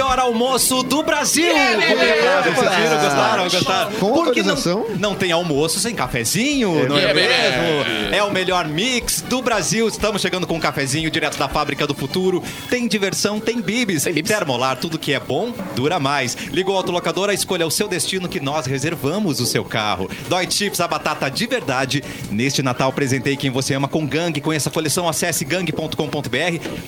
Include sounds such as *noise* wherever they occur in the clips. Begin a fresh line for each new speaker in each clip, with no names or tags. almoço do Brasil.
Vocês viram? é Gostaram? Gostaram?
Com
Porque não,
autorização?
não tem almoço sem cafezinho, não é
É
mesmo? É o melhor mix do Brasil. Estamos chegando com um cafezinho direto da fábrica do futuro. Tem diversão, tem bibis.
Tem bibis.
Termolar, tudo que é bom, dura mais. Ligou a autolocadora, escolha o seu destino que nós reservamos o seu carro. Dói Chips, a batata de verdade. Neste Natal, presentei quem você ama com Gang. Conheça a coleção, acesse gang.com.br.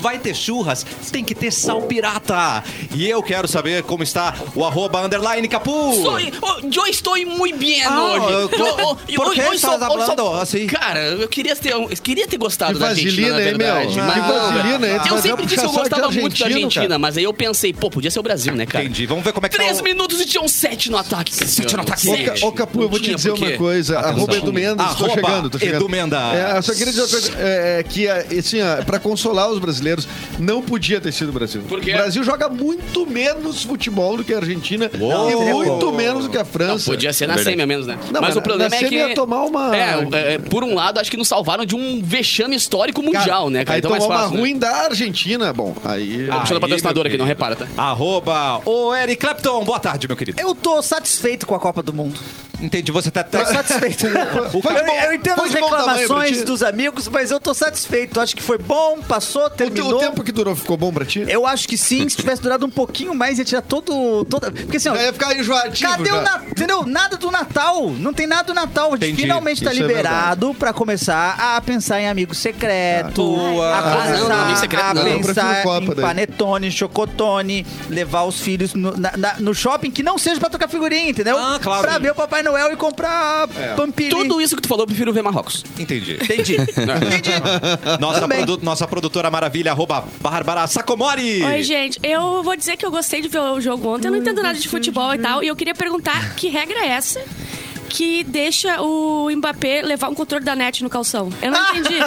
Vai ter churras, tem que ter sal pirata. E eu quero saber como está o arroba underline capu.
Soy, oh, yo estoy muy bien
Ah, eu
hoje.
tô- por que estás falando assim?
Cara, eu queria ter, um, eu queria ter gostado
Que
da Argentina,
vaselina,
na
hein,
verdade.
meu?
mas-
Que vaselina, hein? Tu
Eu
vai
sempre
dar
disse que eu
caçar de
gostava muito da
argentino,
Argentina,
cara.
mas aí eu pensei, pô, podia ser o Brasil, né, cara?
Entendi. Vamos ver como é que
Três
tá o...
minutos e tinham sete no ataque. Sete
no ataque.
Ô, Ca- Ô, Capu, eu vou te dizer uma coisa. Arroba Edu Mendes, tô
Arroba
chegando, tô chegando.
Edu Mendes.
É, eu só queria dizer uma coisa, é, é, que, é, assim, ó, pra consolar os brasileiros, não podia ter sido o Brasil.
Por quê?
O Brasil joga muito menos futebol do que a Argentina e
Uou.
muito menos do que a
Não,
França.
podia ser na semi, ao menos, né?
Não,
mas
mas
o problema
na
é
semi
que.
ia tomar uma-
É, é, é, por um lado, acho que nos salvaram de um vexame histórico mundial, né, cara?
Aí
Então é
tomar
mais fácil. né?
uma
Ah, então
ruim da Argentina, bom, aí...
Tô puxando
Aí,
a patrocinadora
meu
aqui, não repara, tá?
Arroba o Eric Clapton. Boa tarde, meu querido.
Eu tô satisfeito com a Copa do Mundo.
Entendi, você tá...
Tô
tá-
satisfeito. né?
*laughs*
Foi bom-
eu, eu entendo
foi
as
de tá bom tamanho pra
reclamações
ti?
dos amigos, mas eu tô satisfeito. Acho que foi bom, passou,
O, te-
terminou.
o tempo que durou ficou bom pra ti?
Eu acho que sim, se tivesse durado um pouquinho mais, ia tirar todo. Toda...
É,
Porque assim, ó,
Aí ia ficar enjoativo
Cadê
já.
o Natal? Entendeu? Nada do Natal. Não tem nada do Natal. A gente
Entendi.
finalmente tá
Isso é
liberado pra começar a pensar em amigo secreto.
Ah,
a
ah,
começar
não, não, amigo secreto
a
não.
Eu prefiro
pensar
Copa
em
daí.
panetone, chocotone, levar os filhos no, na- na- no shopping que não seja pra tocar figurinha, entendeu?
Ah, claro.
Pra ver o Papai Noel e comprar é.
Tudo isso que tu falou, eu prefiro ver Marrocos.
Entendi.
Entendi. Entendi.
Nossa,
Também.
produ- nossa produtora maravilha, arroba Bárbara Sacomori.
Oi, gente. Eu vou dizer que eu gostei de ver o jogo ontem. Eu não entendo nada de futebol e tal. E eu queria perguntar que regra é essa que deixa o Mbappé levar um controle da net no calção? Eu não entendi.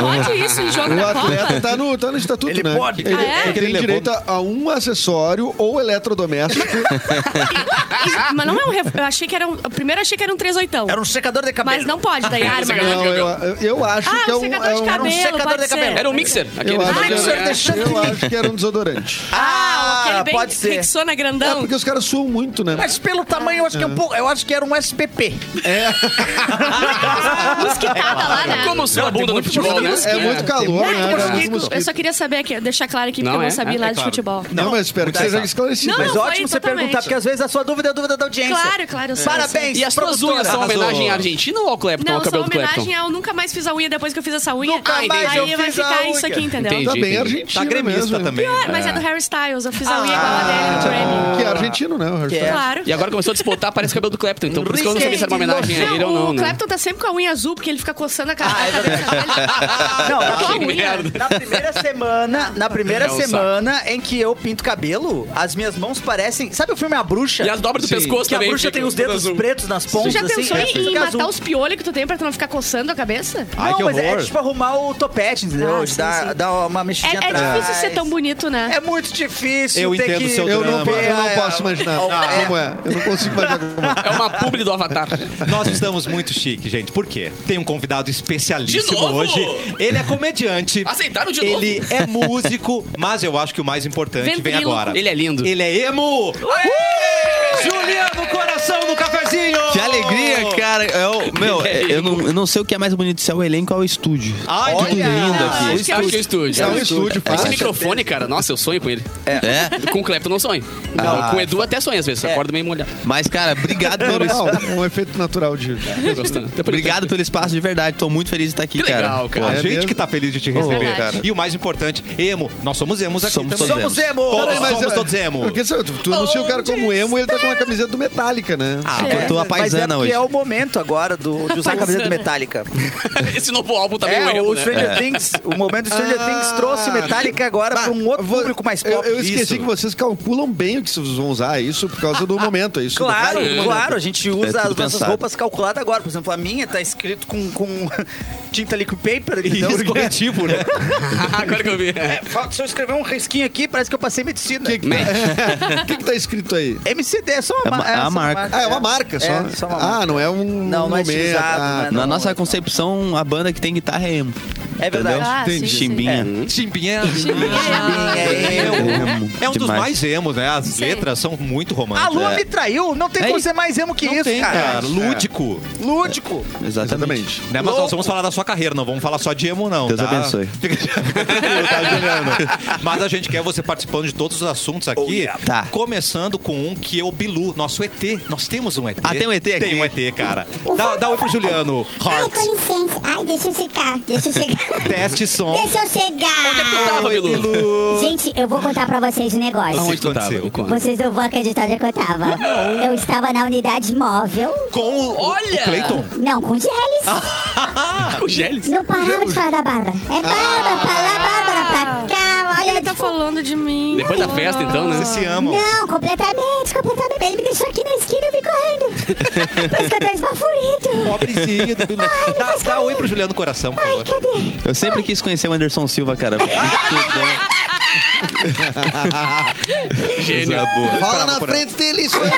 Pode isso em jogo
O
da
atleta
Copa?
tá no, tá no estatuto,
Ele
né?
pode.
Ele,
Ah, é?
ele tem
Ele levou-
direito a um acessório ou eletrodoméstico.
E- Mas não é um... ref- Eu achei que era um... Primeiro eu achei que era um 3 oitão.
Era um secador de cabelo.
Mas não pode, daí arma,
Não,
né?
eu, é eu acho
Ah,
que é
um
um...
secador
é
de
um-
cabelo,
secador
pode
de cabelo.
ser.
Era um mixer. Aquele
Eu acho,
Ah,
que
mixer
era,
de
eu
chantilly.
acho que era um desodorante.
Ah, aquele bem
pode ser.
Rexona
É
grandão.
porque os caras suam muito, né?
Mas pelo tamanho, eu acho que é um pouco. Eu acho que era um SPP.
Ah,
Mosquitada lá, né?
Como sua bunda no futebol, né?
É muito calor,
Ah,
né?
eu
Era
só-
muito
Eu
mosquito.
só queria saber aqui, deixar claro aqui, porque
Não,
eu não
é?
sabia
É,
nada
é
de
claro.
futebol.
Não, mas espero que
Muito
seja
exato.
esclarecido.
Não,
Mas
foi
ótimo você
totalmente.
perguntar, porque às vezes a sua dúvida é a dúvida da audiência.
Claro, claro, eu sou
Parabéns,
E as tuas
produtora.
unhas são
Arrasou.
homenagem à Argentina ou ao Clapton, ao
Não, só
cabelo do
homenagem
Clapton?
ao nunca mais fiz a unha depois que eu fiz essa unha.
Nunca
aí
mais eu
vai
fiz a
ficar
unha.
isso aqui, entendeu?
Entendi.
Tá bem
Entendi.
argentino
Tá gremista
mesmo.
também.
Ah, Mas é do Harry Styles, eu
Ah,
fiz a unha igual a dele
então,
no Grammy.
Que é argentino, né? O resto
Que é.
Claro.
E agora começou a disputar, parece o cabelo do Clapton. Então por isso que eu não sabia se era uma homenagem a ele ou não,
o
né?
Clapton tá sempre com a unha azul, porque ele fica coçando
Ah,
a
é
ca- a cabeça.
Não,
Ele-
na,
Tua unha.
merda.
na primeira semana,
*laughs*
na primeira
É um
semana em que eu pinto cabelo, as minhas mãos parecem. Sabe o filme A Bruxa?
E as dobras do
Sim.
pescoço
que a
também. é
bruxa tem os dedos pretos nas
Tu
pontas.
já
assim,
pensou
é,
em, em
fica
matar
azul.
os piolhos que tu tem pra tu não ficar coçando a cabeça?
Ai,
Não,
que
mas é
horror.
tipo arrumar o topete, entendeu?
Ah,
De
sim,
dar
sim.
dar uma
É,
mexidinha
é
atrás.
difícil ser tão bonito, né?
É muito difícil.
Eu
ter
entendo
que...
o seu
Eu
Eu não,
Drama.
eu não
É,
posso imaginar
é.
como é. Eu não consigo imaginar como é.
É uma publi do Avatar.
Nós estamos muito chique, gente. Por quê? Tem um convidado especialíssimo
De novo?
hoje. Ele é comediante.
Aceitaram de novo?
Ele é músico, mas eu acho que o mais importante vem
Ventríloco.
agora.
Ele é lindo.
Ele é emo! Uh! Juliano Coração do Cafezinho!
Que alegria, cara. Eu, É meu, eu não, eu não sei o que é mais bonito, se é o elenco ou é o estúdio.
Ai,
Tá tudo
olha!
lindo
Ah,
aqui.
Acho que é o estúdio.
É um estúdio,
Esse
fácil.
microfone, cara, nossa, eu sonho com ele.
É.
Com o Clapton não sonho. com o Edu até sonho às vezes, acordo meio molhado.
Mas, cara, obrigado pelo, es-
Normal, um efeito natural de.
Tô gostando. Até por
obrigado pelo espaço de verdade. Tô muito feliz de estar aqui,
Que
cara.
legal, cara.
A
É
gente
mesmo?
que tá feliz de te receber,
Verdade.
cara. E o mais importante, emo. Nós somos emos aqui
Somos
também.
todos
Somos emo!
Todos
Peraí, mas
somos
eu-
todos emo.
eu queria saber, tu, tu anuncia o cara como emo e ele tá com uma camiseta do Metallica, né?
Ah, eu tô a
Mas é
paisana
porque
hoje.
é o momento agora do, de usar a camiseta
paisana.
metálica.
pelo... *laughs* Esse novo álbum tá meio
É,
erro,
o
né?
Stranger Things, o momento do Stranger Things trouxe Metallica agora pra um outro
Vou-
público mais pop.
Ah. eu, eu esqueci
Isso.
que vocês calculam bem o que vocês vão usar isso por causa
*laughs*
do momento, é isso?
Claro,
Do-
claro, a gente usa
É
as
tudo
nossas
pensado.
roupas calculadas agora. Por exemplo, a minha tá escrito com, *laughs* com tinta liquid paper, entendeu?
Isso, coletivo, né?
*laughs* Agora que eu vi.
Falta- Se eu escrever um risquinho aqui, parece que eu passei medicina.
O que, que, tá- *laughs* o que que tá escrito aí?
MCD, é só uma,
É
ma- só
uma- é uma
uma
marca.
Ah, é uma marca só.
É, só uma
Ah,
marca.
não é um
Não, não é
momento.
estilizado,
ah,
né?
Na
Não,
nossa
não.
concepção, a banda que tem guitarra é emo.
É verdade.
Entendeu?
Ah, sim, sim.
Chimbinha.
Chimbinha.
É,
É um-
Emo
Hum? É um dos
demais.
mais emos, né? As
Sim.
letras são muito
A
românticas.
lua
É.
me traiu. Não tem
É
como
isso.
ser mais emo que
Não
isso,
tem, cara.
cara.
Lúdico.
Lúdico.
Exatamente.
Exatamente.
Né? Mas nós vamos falar da sua carreira, não vamos falar só de emo, não.
Deus
tá?
abençoe.
*laughs* Fica fica tranquilo, tá, Juliano? Mas a gente quer você participando de todos os assuntos aqui.
Tá.
Começando com um que é o Bilu, nosso ET. Nós temos um ET.
Ah, tem um ET aqui?
Tem um ET, cara. Dá, dá oi pro Juliano.
Ai,
Heart.
com licença. Ai, deixa eu chegar. Deixa eu
*laughs*
chegar. *laughs*
Teste som.
deixa eu chegar.
é
Tava, é Bilu.
Gente, eu vou contar pra vocês um negócio.
Aonde
tá,
tu tava?
Me conta.
Vocês não vão acreditar onde é que eu tava. Eu estava na unidade móvel.
Com o,
Olha!
o Clayton. *laughs*
Não, com Geles.
Ah,
O Gélis.
Não parava de falar da Bárbara. É Bárbara pra lá, Bárbara pra
Ah.
cá. Olha,
Ele tá falando de mim.
Depois da festa, então, né?
Vocês se amam.
Não, completamente, completamente. Ele me deixou aqui na esquina e eu
*laughs*
vim correndo. Tô escutando esbaforido.
Pobrezinho do Bilu. Dá, dá oi pro Juliano Coração, por
Ai,
favor.
cadê?
Eu sempre quis conhecer o Anderson Silva, cara.
Gênio.
Fala na frente dele, isso aí.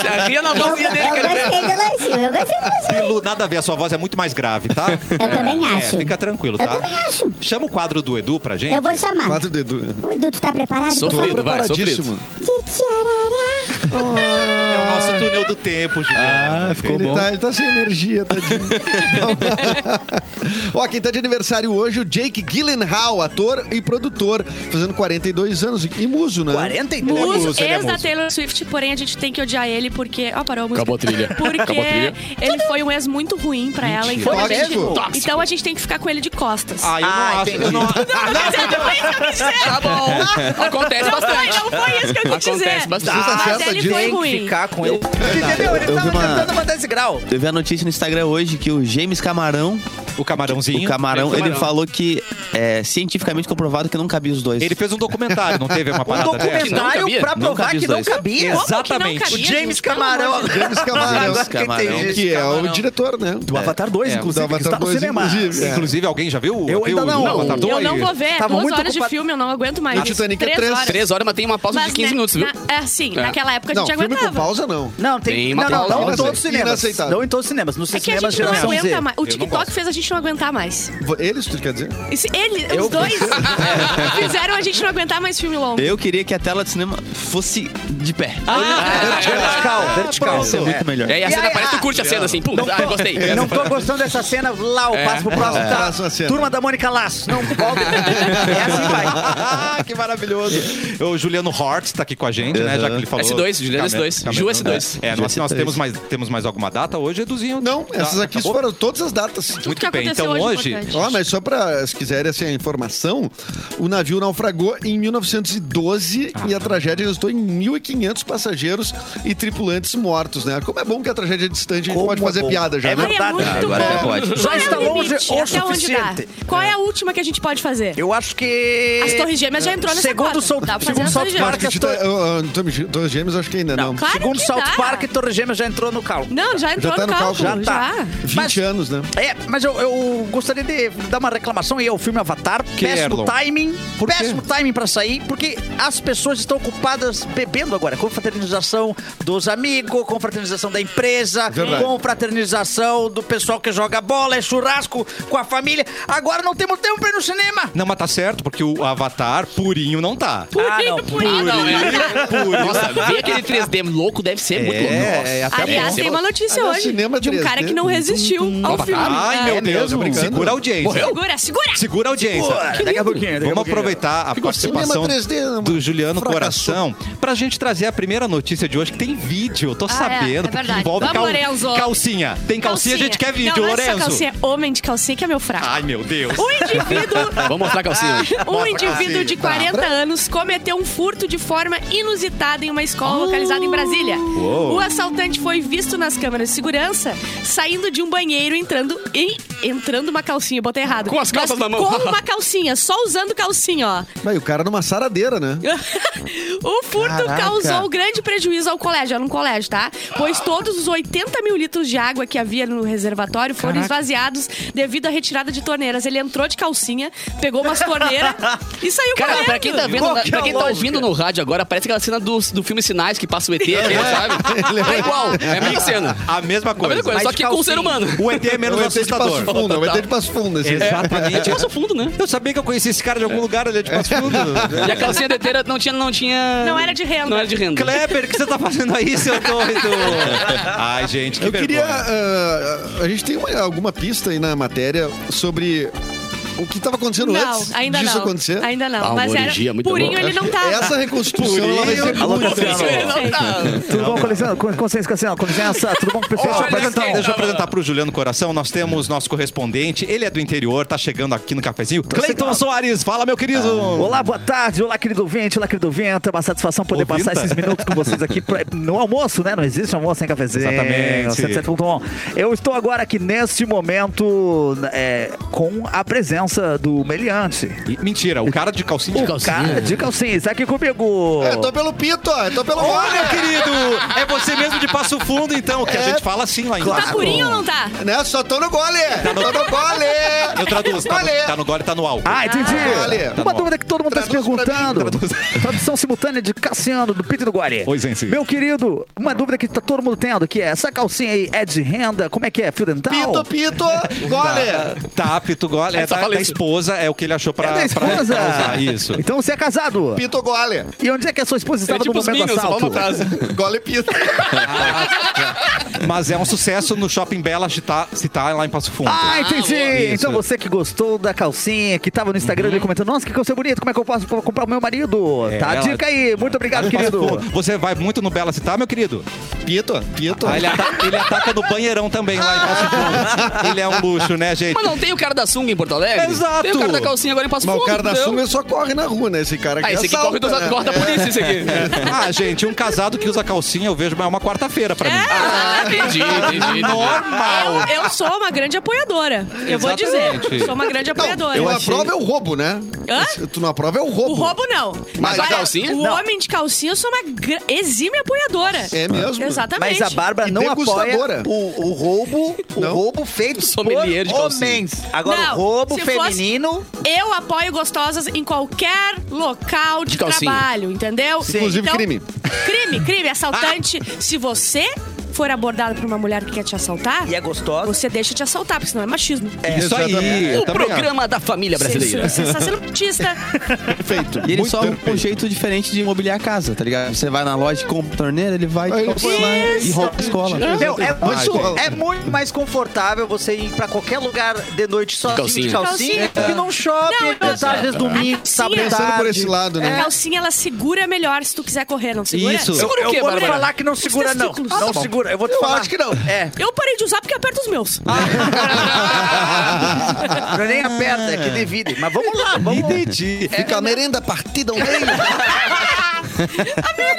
Se arria na mãozinha dele,
Eu
cara.
gostei do lanchinho, eu gostei
*laughs*
do lanchinho.
Bilu, nada a ver, a sua voz é muito mais grave,
*laughs*
tá?
Eu também
É,
acho.
fica tranquilo,
Eu
tá?
também acho.
Chama o quadro do Edu pra gente.
Eu vou chamar.
Quatro dedos.
O Edu, tu tá preparado?
Sofrido, vai,
Paradíssimo.
sofrido.
Titiarará.
É o nosso túnel do tempo, Juliano. Ah, ficou
Ele tá, ele tá sem
*laughs*
energia, tadinho. Ó, quem tá de aniversário hoje, o Jake Gyllenhaal, ator e produtor, fazendo 42 anos e muso, né?
42.
Muso,
Muso, ele é
ex da
muso.
Taylor Swift, porém a gente tem que odiar ele porque. Ó, parou a música.
Acabou a
*laughs*
trilha.
Porque
Acabou a trilha.
ele foi um ex muito ruim pra ela,
Foi
infelizmente.
mesmo?
Tóxico.
Então a gente tem que ficar com ele de costas. é
Ah, eu não
Ah,
acho.
entendi.
Eu não,
Tá bom. Acontece
Não foi,
bastante.
não foi isso que eu quis dizer.
Acontece bastante.
Tá,
Mas
certa
ele
disso.
foi
Tem que
ruim.
ficar com ele. *laughs* Entendeu? Ele
Eu
tava
vi uma-
tentando mandar esse grau.
Eu vi a notícia no Instagram hoje que o James Camarão,
o camarãozinho.
o camarão,
James
ele
Camarão.
falou que é cientificamente comprovado que não cabia os dois.
Ele fez um documentário, não teve uma
Um
parada dessa?
Que não
documentário pra
cabia. Não
provar
cabia
que
os
não
dois.
cabia.
Como que não
Exatamente.
O
cabia,
James
gente? Pelo
Camarão.
amor de Deus.
James Camarão,
James Camarão.
que é o diretor, né?
Do É, Avatar 2, inclusive.
do Avatar
que está no
2,
cinema.
inclusive, é.
Inclusive, alguém já viu?
Eu
Tem
ainda
o-
não.
o Avatar
Eu
dois?
não vou ver.
Tava
Duas
muito
horas de
ocupado.
filme, eu não aguento mais.
E o Titanic é
Três
três.
horas.
Três horas, mas tem uma pausa
Mas,
de 15
né,
minutos, viu?
na- é, sim.
É.
Naquela época a
Não,
gente
filme com
aguentava.
pausa, não.
Não, tem,
Tem uma
não, não, não
pausa.
em todos os cinemas.
Inaceitável.
Não em todos os cinemas. Nos
É que a
cinemas
gente não
geração Z.
aguenta mais. O
Eu não
TikTok
gosto.
fez a gente não aguentar mais.
Eles, tu quer dizer?
Isso, ele, os dois *laughs* fizeram a gente não aguentar mais filme longo.
Eu queria que a tela de cinema fosse de pé.
É, Vertical, vertical.
Ah, Isso é muito melhor.
É, e a
E
cena
aí,
aparece, tu
ah,
curte a cena assim. Pum,
Não
ah,
tô-
eu gostei.
Não tô gostando dessa cena, lá eu passo pro próximo. Tá?
Próxima cena.
Turma da Mônica Laço. Não, volta. É assim vai.
Ah,
*laughs*
que maravilhoso. O Juliano Hort tá aqui com a gente, né? Já que ele falou.
S2, Juliano
Came-
S2.
Came-
Ju S2.
É, nós, nós
S2.
temos, mais, temos mais alguma data hoje, Eduzinho?
Não,
Tá,
essas aqui
acabou?
foram todas as datas.
Muito
que
bem,
aconteceu
então
hoje
hoje.
é importante.
Ó, mas só pra, se quiserem assim, a informação, o navio naufragou em 1912
Ah.
e a tragédia resultou em 1.500 passageiros e tripulantes mortos, né? Como é bom que a tragédia é distante, a gente
Como
pode fazer
bom.
piada já,
É
né?
Ai, é
verdade.
muito
Agora já
bom.
pode.
Qual
Já
é
está
o
longe
limite?
o
Até onde dá?
suficiente.
Qual é a última que a gente pode fazer?
Eu acho que...
As Torres Gêmeas já entrou nessa
Segundo
cota.
o Sol-
Dá pra fazer
segundo
as
o South
Torres
Park,
Gêmeas.
Porque
as
tu
Torres-
tá- ah, ah, Tommy G- Torres Gêmeos, acho que ainda não.
Claro
Segundo
que
South
dá.
Park, Torres Gêmeas já entrou no calo.
Não, já entrou
Já tá
no
no
cálculo.
cálculo.
Já tá.
Já.
20
Mas-
anos, né?
É, mas eu, eu gostaria de dar uma reclamação aí ao filme Avatar. péssimo
Erlon?
timing.
quê?
péssimo timing pra sair, porque as pessoas estão ocupadas bebendo agora. Com fraternização dos amigos, com fraternização da empresa,
Verdade.
com fraternização do pessoal que joga bola, é churrasco com a família. Agora não temos tempo pra ir no cinema.
Não, mas tá certo, porque o Avatar purinho não tá.
Ah, não.
Ah, não, é.
Purinho.
Nossa, ver aquele 3D louco deve ser muito louco.
É, é
Nossa.
até
Aliás,
bom.
tem uma notícia
Ah, no
hoje
cinema
de um
3D.
cara que não resistiu ao
Avatar?
filme.
Ai,
É.
meu Deus,
mesmo?
segura a audiência.
Segura, segura!
Segura a audiência.
Daqui a pouquinho. daqui a
Vamos
pouquinho.
aproveitar a
Ficou
participação
cinema 3D, né,
do
mano?
Juliano
Fracassou.
Coração pra gente trazer a primeira notícia de hoje, que tem vídeo. Eu tô
é, é
sabendo, porque
verdade.
envolve
Vamos, Lorenzo.
calcinha. Tem calcinha, a gente quer vídeo,
não, Não é só
Lorenzo.
calcinha, homem de calcinha que é meu fraco.
Ai, meu Deus.
Um indivíduo...
Vamos mostrar a calcinha hoje.
*laughs* Um indivíduo
Tá.
de 40 anos cometeu um furto de forma inusitada em uma escola localizada em Brasília. O assaltante foi visto nas câmeras de segurança saindo de um banheiro entrando em entrando uma calcinha, eu botei errado.
Com as calças
Mas
na mão.
Com uma calcinha, só usando calcinha, ó.
um
Mas o cara numa saradeira, né?
O furto
Caraca.
causou grande prejuízo ao colégio, era um colégio, tá? Pois todos os 80 mil litros de água que havia no reservatório foram esvaziados devido à retirada de torneiras. Ele entrou de calcinha, pegou umas torneiras e saiu
*laughs* Cara,
correndo.
pra quem tá vendo,
Qual que é
pra quem
a
tá
lógica?
ouvindo no rádio agora, parece aquela cena do, do filme Sinais que passa o ET, aquele, sabe? É igual, é a mesma cena.
A mesma
A mesma
coisa.
coisa, só
Mas de
que com o
calcinha.
ser humano.
O ET é menos
É o ET de Passo
assustador. É,
Fundo, é o ET de Passo Fundo. esse.
É
Exatamente.
Passa fundo, né?
Eu sabia que eu conhecia esse cara de algum lugar, ele é de Passo Fundo.
E a calcinha do ET era- não tinha, não tinha...
Não era de renda.
Não era de renda.
Kleber, o que você tá fazendo aí, seu doido? Ai, *laughs* gente, que
Eu queria.
vergonha.
ah, a gente tem uma- alguma pista aí na matéria sobre o que estava acontecendo
Não,
antes
ainda
disso
não.
acontecer?
Ainda não.
Ah, uma
mas era
orgia muito
purinho
louca.
ele não tá. tava.
Essa é reconstrução ela vai ser
Alô,
muito
Cassiano.
Ele não tá.
Tudo bom, com licença? Com com licença, Cassiano? Com licença, tudo bom, pessoal?
Olha
Apresenta-
quem
Deixa eu
tá lá.
apresentar um. pro Juliano Coração. Nós temos nosso correspondente. Ele é do interior, tá chegando aqui no cafezinho. Cleiton Soares, fala, meu querido.
Olá, boa tarde. Olá, querido ouvinte. Olá, querido vento. É uma satisfação poder
Ouvinta.
passar esses minutos com vocês aqui pra- no almoço, né? Não existe almoço sem cafezinho.
Exatamente.
107.1. Eu estou agora aqui, neste momento, é, com a presença do Meliante.
Ih, Mentira, o cara de calcinha.
O cara de calcinha. Está aqui comigo.
É, eu tô pelo pito, ó, eu tô pelo.
Ô, meu querido! É você mesmo de Passo Fundo, então, que a
É.
gente fala assim lá em
Tá purinho ou não tá?
Né? Só tô no gole! Tô Tá no gole!
Eu traduzo. Tá
Gole!
no, tá no gole, tá no álcool.
Ah, entendi.
Olha.
Tá
Uma dúvida que todo mundo está se
Traduz pra
perguntando. Tradução simultânea de Cassiano, do Pito e do Guari.
Oi, Zenzi.
Meu querido, uma dúvida que tá todo mundo tendo, que é, essa calcinha aí é de renda? Como é que é? Fio dental?
Pito, pito, gole!
Tá apto, gole. É
Só
da,
falei
da
isso.
esposa, é o que ele achou pra,
É da
pra-
esposa?
pra usar. Isso.
Então você é casado?
Pito, gole!
E onde é que a sua esposa
É
estava
tipo
no
os
momento do
Minions, só uma
assalto?
frase.
Gole pito!
Mas é um sucesso no Shopping Bela se tá, se tá lá em Passo Fundo.
Ah, entendi!
boa.
então
Isso.
você que gostou da calcinha, que tava no Instagram ali comentando, nossa, que calcinha bonita, como é que eu posso comprar o meu marido?
É,
tá a
ela-
dica aí, muito obrigado,
Passo
querido.
Fundo. Você vai muito no Bela se tá, meu querido?
Pito, pito!
Ah, ele, ata- ele ataca no banheirão também lá em Passo Fundo. Ele é um luxo, né, gente?
Mas não tem o cara da sunga em Porto Alegre?
Exato.
Tem o cara da calcinha agora em Passo
Mas
Fundo.
o cara da
entendeu?
sunga só corre na rua, né? Esse cara aqui.
Ah, esse aqui
assalta,
corre dos
né?
guarda da polícia, esse aqui.
Ah, gente, um casado que usa calcinha, eu vejo, mas é uma quarta-feira pra mim.
Ah, entendi, entendi.
Normal.
Eu sou uma grande apoiadora. Eu vou dizer.
Exatamente.
Sou uma grande
Não,
apoiadora.
eu aprovo é o roubo, né?
Hã?
Tu não aprova é o roubo.
O roubo não.
Mas a
Agora,
calcinha?
O
Não.
homem de calcinha, eu sou uma gra- exímia apoiadora.
É mesmo?
Exatamente.
Mas a Bárbara
E
não
degustadora.
apoia o, o roubo, o
Não.
roubo feito
Sommelier de
por
calcinha.
homens. Agora,
Não,
o roubo
se fosse-
feminino...
Eu apoio gostosas em qualquer local de,
De calcinha.
trabalho, entendeu? Então,
Inclusive crime.
Crime, crime, assaltante. Se você for abordado por uma mulher que quer te assaltar,
E é gostosa.
você deixa te assaltar, porque senão é machismo.
É isso aí. eu
O
também acho.
programa da
é
família brasileira.
Você está sendo putista.
Perfeito.
E ele
Muito
só
perfeito.
um jeito diferente de imobiliar a casa, tá ligado? Você vai na loja e compra torneira, ele vai
Aí
e põe lá e rouba a escola.
Meu, é, muito,
gente.
é muito mais confortável você ir pra qualquer lugar de noite sozinho
calcinha.
de calcinha,
Calcinha.
do que num shopping,
Não,
não,
eu-
tarde,
eu-
domingo,
Calcinha.
sábado à
Pensando por
tarde.
esse lado,
A
né?
calcinha, ela segura melhor se tu quiser correr, não segura?
Isso.
Eu,
Segura o
eu
quê,
vou te
Bárbara?
falar que não segura, não.
testículos.
não
Ah, tá bom.
segura, eu vou te
Eu
falar.
acho que não.
*laughs* É,
Eu parei de usar porque eu aperto os meus.
eu nem aperta, é que divide. Mas vamos lá, vamos
É.
lá.
Entendi.
né?
Fica a merenda partida
*laughs*
ao meio.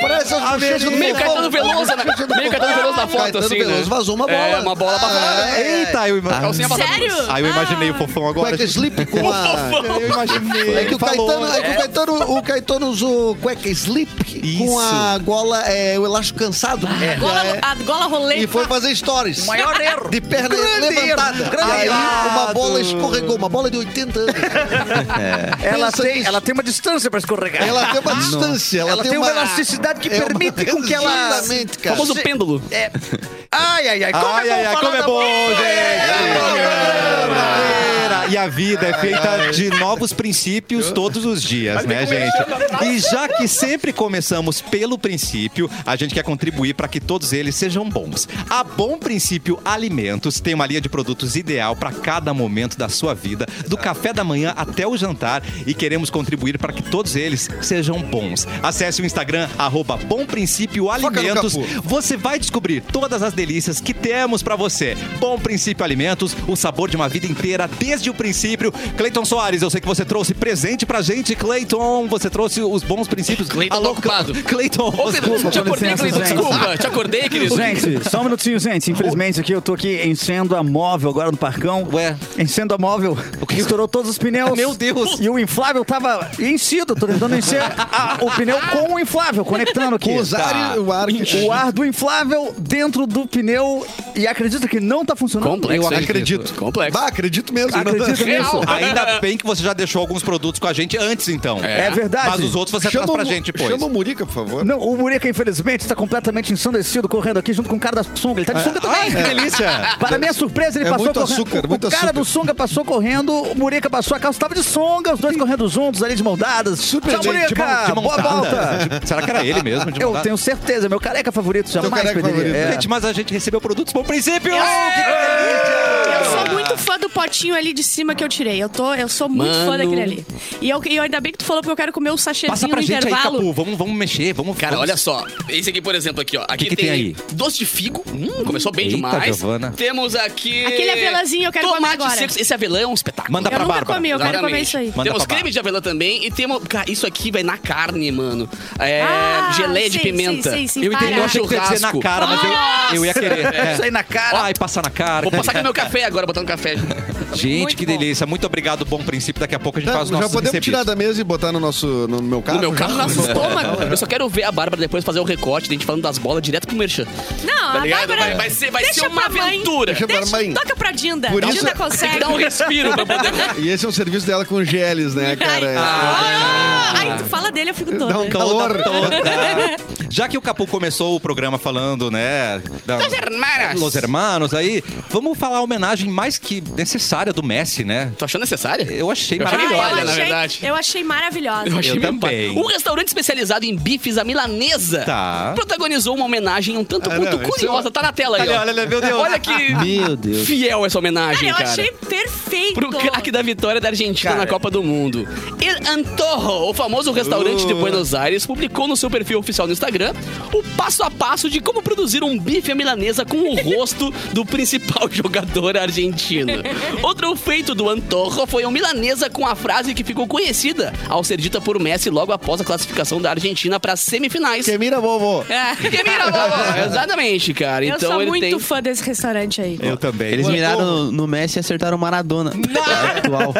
Parece as bochechas do
Meio
Fofão.
Caetano Veloso, né? Meio Caetano Veloso na foto,
Caetano
assim, né?
Veloso vazou uma bola.
É, uma bola pra fora.
Ah, é.
Eita, eu
A
imaginei.
calcinha passada
Sério? Ah.
duas.
Aí eu imaginei o fofão agora.
Cueca slip com a...
Eu imaginei.
É que o
Falou.
Caetano, é que o Caetano, o Caetano usou cueca slip
Isso.
com a gola, é, o elástico cansado.
Ah,
Gola,
É.
a gola rolê.
E foi fazer stories.
O maior erro.
De perna
Grande
levantada.
erro, grande
Aí
erro.
uma bola escorregou, uma bola de 80 anos.
Ela
Pensa
tem,
nisso.
ela tem uma distância pra escorregar.
Ela tem uma distância, ela,
Ela
um
tem uma elasticidade que
é uma-
permite com que ela-
*laughs* Exatamente, cara.
Famoso pêndulo.
É. Ai, ai, ai, como
Ai,
é bom
ai, ai,
falar
como é
da-
bom,
é.
gente! E a vida é feita de novos princípios todos os dias, né, gente? E já que sempre começamos pelo princípio, a gente quer contribuir para que todos eles sejam bons. A Bom Princípio Alimentos tem uma linha de produtos ideal para cada momento da sua vida, do café da manhã até o jantar, e queremos contribuir para que todos eles sejam bons. Acesse o Instagram, arroba Bom Princípio
no
Alimentos.
capô.
Você vai descobrir todas as delícias que temos pra você. Bom Princípio Alimentos, o sabor de uma vida inteira desde o princípio. Cleiton Soares, eu sei que você trouxe presente pra gente, Cleiton. Você trouxe os bons princípios.
Cleiton tá ocupado.
Cleiton.
Ô, Pedro, te
com
acordei,
licença,
querido.
gente.
Desculpa, te acordei, querido.
Gente, só um minutinho, gente. Infelizmente aqui eu tô aqui enchendo a móvel agora no parcão.
Ué.
Enchendo a móvel. Estourou todos os pneus.
Meu Deus.
E o inflável tava enchido. Tô tentando encher a- o pneu com o inflável, conectando aqui.
Com os ares, o ar que-
O ar do inflável dentro do pneu. E acredito que não tá funcionando.
Complexo.
Eu
hein,
acredito.
querido? Complexo.
Bah, acredito mesmo.
Acredito acredita nisso?
Ainda bem que você já deixou alguns produtos com a gente antes, então.
É verdade.
Mas os outros você traz pra
o Mu-
gente depois.
Chama o Murica, por favor.
Não, o Murica, infelizmente, está completamente ensandecido correndo aqui junto com o cara da sunga. Ele tá de sunga também.
É. que delícia.
Para minha surpresa, ele
É
passou
muito
correndo.
açúcar,
o
muito
cara
açúcar.
do sunga passou correndo, o Murica passou a calça, tava de sunga, os dois correndo juntos ali de mão dadas. Super Tchau,
De- de
Murica!
mão- de mão
Boa
dada.
volta!
De- Será que era ele mesmo? De mão
Eu
dada?
tenho certeza, meu careca favorito jamais
careca
perderia.
favorito.
É.
Gente, mas a gente recebeu produtos bom princípio!
Eu sou muito fã do potinho ali de cima que eu tirei. Eu, tô, eu sou muito
Mano.
fã daquele ali. E eu, e eu- ainda bem que tu falou porque eu quero comer o
Passa
sachêzinho
pra
no
gente aí,
um intervalo.
Capu. Vamos, vamos mexer, vamos...
Cara,
vamos-
olha só. Esse aqui, por exemplo, aqui, ó. Aqui
que tem aí?
doce de figo. Hum, começou bem
Eita,
demais.
Giovana.
Temos aqui...
Aquele avelãzinho eu quero comer
tomate
agora.
seco. Esse avelã é um espetáculo.
Manda
eu
pra
nunca
Bárbara.
comi, eu quero
Exatamente.
comer isso aí.
Manda
temos
pra
creme de avelã também e temos. Cara, isso aqui vai na carne, mano. É,
Ah,
geleia de
sim,
pimenta.
sim, sim, sim,
eu
para.
entendi.
Eu achei que tu ia dizer na
Churrasco.
cara, mas eu, eu
*laughs*
ia querer. É.
Isso aí na cara.
Ai, passar na cara.
Vou passar com meu café agora, botar no café.
Gente,
Muito
que
bom.
delícia. Muito obrigado, bom princípio. Daqui a pouco a gente
Já,
faz o
Tá, já
nosso
podemos tirar da mesa e botar no nosso no meu carro?
No meu carro, nosso estômago. *laughs* Eu só quero ver a Bárbara depois fazer o recorte, da gente falando das bolas direto pro Merchan.
Não,
Tá
a
ligado?
Ah, Bárbara...
Vai, vai ser, vai
deixa
ser uma
pra mãe.
aventura.
Deixa pra
Deixa,
mãe.
toca pra Dinda.
Por isso-
Dinda
Tem que
Tem que
consegue.
dar um respiro pra poder.
E esse é o serviço dela com geles, né, cara? É. *laughs*
Ah, Aí tu fala dele, eu fico
Dá um
toda.
calor.
Já que o Capu começou o programa falando, né? Da...
Los hermanas.
Los Hermanos, aí, vamos falar a homenagem mais que necessária do Messi, né?
Tu achou necessária?
Eu achei
Eu achei
Ah, eu
maravilhosa.
Olha, na
achei-
verdade.
Eu achei maravilhosa.
Eu achei
Eu
meio
também.
pai. Um restaurante especializado em bifes à milanesa
Tá.
protagonizou uma homenagem um tanto
Ah,
quanto
não, isso
curiosa. Tá na tela aí,
Olha,
ó.
olha, meu Deus.
Olha que
Meu Deus.
fiel essa homenagem,
Cara, eu
cara.
achei perfeito.
Pro craque da vitória da Argentina na Copa do Mundo. El Antojo, o famoso restaurante de Buenos Aires, publicou no seu perfil oficial no Instagram o passo a passo de como produzir um bife à milanesa com o rosto do principal *laughs* jogador argentino. Outro feito do Antojo foi um milanesa com a frase que ficou conhecida ao ser dita por Messi logo após a classificação da Argentina para as semifinais.
Que mira, vovô.
É.
Que mira, bola! *laughs* Exatamente, cara.
Eu
então
sou
ele
muito
tem
fã desse restaurante aí.
Eu também.
Eles
Ué,
miraram
pô,
no, no Messi e acertaram
*laughs*
o Maradona. Atual.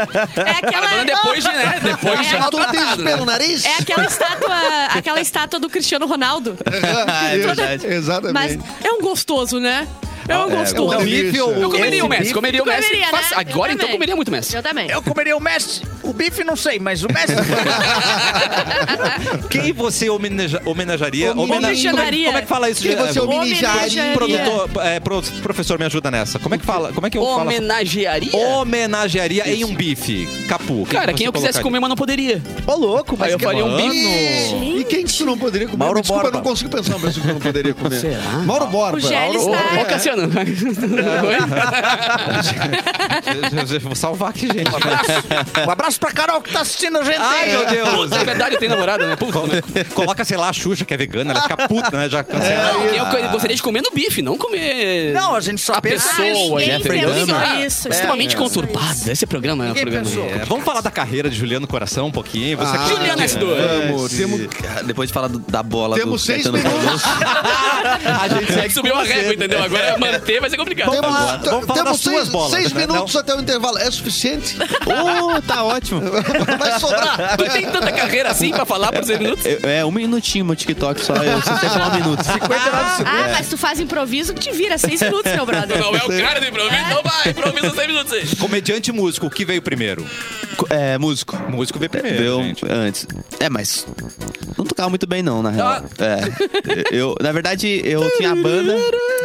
É aquela...
Maradona depois de, né? Depois de
É,
já
Tu não tens pelo nariz?
É aquela estátua, aquela estátua do Cristiano Ronaldo.
é
verdade. Mas
Exatamente.
é um gostoso, né? É um gostoso.
é um
o nível-
Eu comeria o Messi,
bife-
comeria o Messi.
Comeria, né?
Faz-
Eu
Agora então
também.
comeria muito Messi.
Eu também.
É um
Eu comeria o Messi. O bife não sei, mas o
*laughs*
Messi.
Quem você homenaja- homenagearia? Homena-
Homenagearia.
Como é que fala isso?
Quem você
eh,
homenagearia?
Produtor, eh, pro- professor, me ajuda nessa. Como é que fala? Como é que eu falo?
Homenagearia?
Homenagearia em um bife. Capu. quem
Cara,
você
quem eu quisesse
colocaria?
comer, mas não poderia.
Ô, louco, mas
Aí eu
que-
faria um bife.
E quem que tu não poderia comer?
Mauro
Me Desculpa,
Borba.
não consigo pensar uma pessoa que eu não poderia comer.
é
Mauro Borba.
O Gélis
Ô,
tá...
ô, Cassiano. *laughs* Oi?
Eu- eu- eu Vou salvar
*laughs*
aqui, gente.
Um abraço pra Carol que tá assistindo a gente. É.
Ai, meu Deus.
Na verdade, tem namorada, né? é Puta, né?
Coloca, sei lá, a Xuxa, que é vegana, ela fica puta,
*laughs*
né? Já cancela.
Eu co- gostaria de comer no bife, não é Ah, comer...
Não, a gente só
A
pensa.
pessoa. Boa,
Ninguém
Jeffrey
pensou
Dahmer.
isso.
Extremamente
Ninguém pensou
conturbado. Esse programa é um
Ninguém
programa...
pensou.
É, vamos falar da carreira de Juliano Coração um pouquinho. Você que-
Juliano S2.
Vamos, Ah, temos,
Depois de falar do- da bola
temos
do
seis
Caetano
minutos.
Veloso.
a gente
É que
segue.
subiu *laughs* a régua, entendeu? Agora é manter vai ser complicado.
Temos,
Agora,
t-
vamos falar
temos
das suas
seis,
bolas,
seis
né?
minutos
Não.
até o intervalo. É suficiente?
Oh, tá ótimo.
Vai sobrar.
Tu tem tanta carreira assim pra falar por seis
*laughs*
minutos?
Eu- É um minutinho meu TikTok só. Eu só sei falar um minuto. 59
isso. Ah, mas tu faz improviso que te vira seis minutos, meu brother.
Não é o cara do improviso? Então vai, improvisa seis minutos aí.
Comediante e músico, o que veio primeiro?
É, músico.
Músico veio primeiro,
Deu um
gente.
antes. É, mas não tocava muito bem não, na
Ah!
real. É. Eu, na verdade, eu tinha a banda.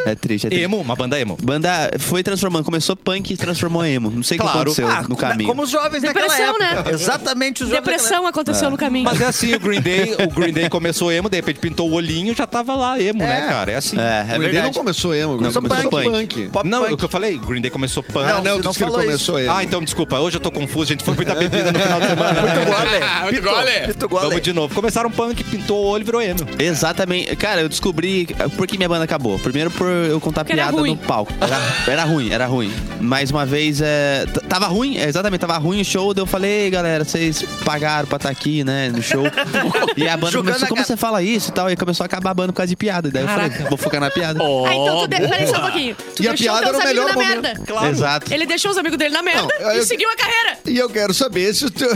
É triste, é triste.
Emo, uma banda emo.
Banda foi transformando, começou punk e transformou em emo. Não sei o
Claro. Ah,
Ah,
que aconteceu
né,
no caminho.
Como os jovens
Depressão,
naquela época.
né?
Exatamente os jovens
Depressão aconteceu no caminho.
Mas é assim, o Green Day, o Green Day começou emo, de repente pintou o olhinho, já tava lá emo, né, cara? É assim.
É, é
Green Day não
verdade.
começou emo,
Não,
começou
começou
punk.
punk.
pop
não,
punk.
é o que eu falei, Green Day começou punk.
Ah,
Não,
não,
você
tu
não
disse que ele
falou
começou emo.
Ah, então desculpa, hoje eu tô confuso, gente. Foi muita bebida no final de semana. né?
Ah, muito gole.
Pito
Vamos
Gole.
de novo. Começaram punk, pintou o olho, virou emo.
Exatamente. Cara, eu descobri por que minha banda acabou. Primeiro por eu contar
Porque era
piada
ruim.
no palco. Era, era ruim, era ruim. Mais uma vez, é, t- tava ruim, é, exatamente, tava ruim o show. Daí eu falei, "Ei, galera, vocês pagaram pra estar aqui, né, no show. e a banda
*laughs* Jogando
começou,
a
como
cara.
você fala isso e tal? E começou a acabar a banda por causa de piada. Daí eu falei, vou focar na piada.
Oh,
Ah, então
Ó,
tu de... Peraí só um pouquinho. Tu
E a
deixou
piada era
teus
o
amigos
melhor
na
momento.
merda.
Exato.
Ele deixou os amigos dele na merda
Não,
e
eu-
seguiu a carreira.
*laughs* E eu quero saber se o, teu-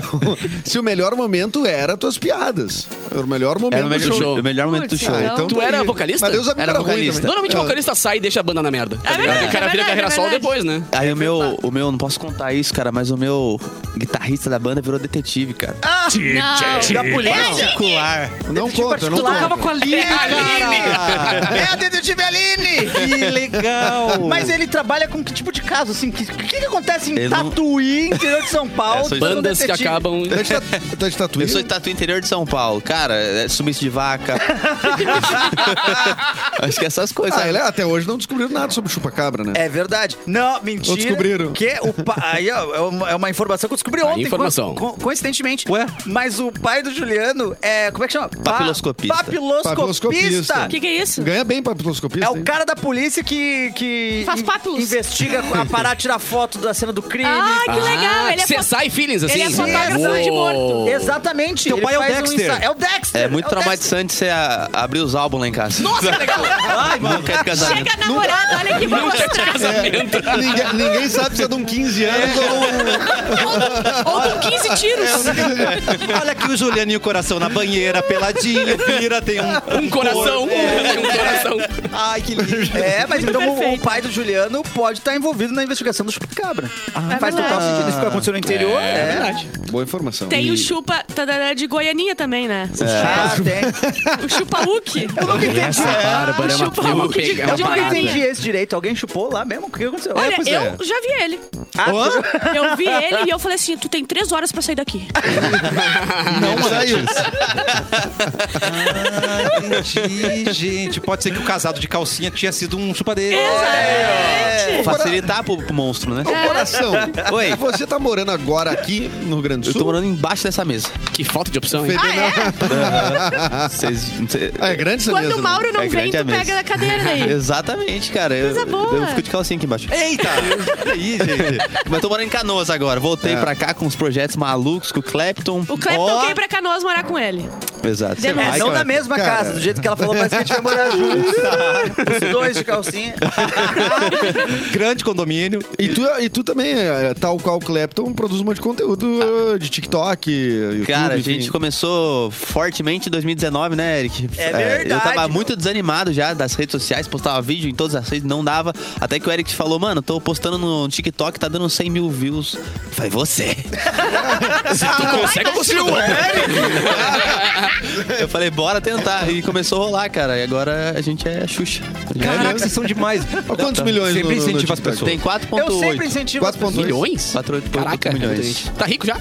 se o melhor momento era tuas piadas. Era o melhor momento
Era o melhor,
do show.
o melhor momento do
Putz,
show.
Ah, então
Tu
tá
era
aí.
vocalista?
Mas Deus
Era
era vocalista.
vocalista.
Normalmente o vocalista sai e deixa a banda na merda. tá
É
ligado?
verdade,
o cara
é
vira
verdade,
carreira
é
solo
verdade.
depois, né?
Aí o meu, o meu, não posso contar isso, cara, mas o meu guitarrista da banda virou detetive, cara.
Não.
polícia? Particular.
Não conta, não conta.
com a Aline,
cara.
É a detetive Aline!
Que legal!
Mas ele trabalha com que tipo de caso, assim? O que, que, que acontece em
Eu não-
Tatuí, interior de São Paulo?
É, sou
todo
Bandas que
detetive?
acabam.
Tá de tatu- Tá de tatuí?
Eu sou de tatu interior de São Paulo. Cara, é sumiço de vaca. Acho que é essas coisas. né?
Ah, ele- até hoje não descobriram nada sobre o chupacabra, né?
É verdade. Não, mentira.
Ou descobriram.
Que o pa... Aí ó, é uma- é uma informação que eu descobri ontem.
informação.
co- co- coincidentemente.
Ué?
Mas o pai do Juliano é. Como é que chama? Pa-
Papiloscopista.
Papiloscopista.
Papiloscopista.
O que, que é isso?
Ganha bem pra piloscopista,
É o
hein?
cara da polícia que. que
Faz
in-
pápilos.
Investiga a parar, tirar foto da cena do crime.
Ah, que legal.
Ah,
Ele é
Você
fo-
sai feelings assim?
ele é fotógrafo de morto.
Uou.
Exatamente.
Teu
Ele
pai é o
faz um
Dexter.
ensa- é o Dexter.
É muito
o Dexter.
traumatizante você a- abrir os álbuns lá em casa. é
Nossa, que legal!
Ai, mano. Não quero casar.
Chega a namorada, olha aqui, vou mostrar.
Casamento.
Ninguém, ninguém sabe se é de um 15 anos
Ou com 15 tiros.
Olha aqui o Juliano e o coração na banheira, peladinho, vira, tem um.
Um coração. Um coração.
Ai, que lindo. É, mas então o- o
perfeito.
pai do Juliano pode estar envolvido na investigação do chupacabra. Faz total
É verdade.
sentido isso que aconteceu no interior.
É
É.
verdade.
ou... Boa informação.
Tem o chupa tadará, de Goianinha também, né?
Ah, tem.
O chupa uque.
Eu nunca entendi.
Bárbara
é uma- é uma pega- é uma
Eu nunca
parada.
entendi esse direito. Alguém chupou lá mesmo? O que aconteceu?
Olha,
pois é.
eu já vi ele. Eu vi ele e eu falei assim, tu tem três horas pra sair daqui.
É
É um
Não saiu.
*laughs* Entendi, gente. Pode ser que o casado de calcinha tinha sido um chupadeiro.
Facilitar pro, pro monstro, né?
Coração,
É
Oi.
você tá morando agora aqui no Rio Grande do
Eu tô
Sul?
morando embaixo dessa mesa.
Que falta de opção, hein?
Vocês. cê-
Ah, é grande essa
Quando
mesa,
o
né?
Mauro não
É
vem,
grande a
tu
mesa.
pega a cadeira daí.
Exatamente, cara. Eu,
Coisa boa.
eu fico de calcinha aqui embaixo. *laughs*
Eita! Aí, gente.
Mas tô morando em Canoas agora. Voltei
É.
pra cá com os projetos malucos, com o Clapton.
O Clepton veio pra Canoas morar com ele.
Exato.
Denúncia.
Ai,
É, não
cara.
na mesma
Cara.
casa, do jeito que ela falou, parece que a gente vai morar junto. Os dois de calcinha.
Grande condomínio.
E tu, e tu também, é, tal qual o Clapton, produz um monte de conteúdo
Ah.
eh, de TikTok, YouTube.
Cara, a
enfim.
gente começou fortemente em 2019, né, Eric?
É
Eu
verdade,
tava
meu.
muito desanimado já das redes sociais, postava vídeo em todas as redes, não dava. Até que o Eric falou, mano, tô postando no TikTok, tá dando 100 mil views. Eu Falei, você. *laughs*
Tu consegue ou consigo?
Eu falei, bora tentar. E começou a rolar, cara. E agora a gente é Xuxa.
Caraca, vocês são
*laughs*
demais. tá.
Ó, quantos milhões no-
Sempre
no- no
incentiva as
TikTok?
pessoas.
Tem 4.8.
Eu sempre incentivo. as
4.2.
Milhões?
4.8
Caraca,
milhões.
Tá rico já?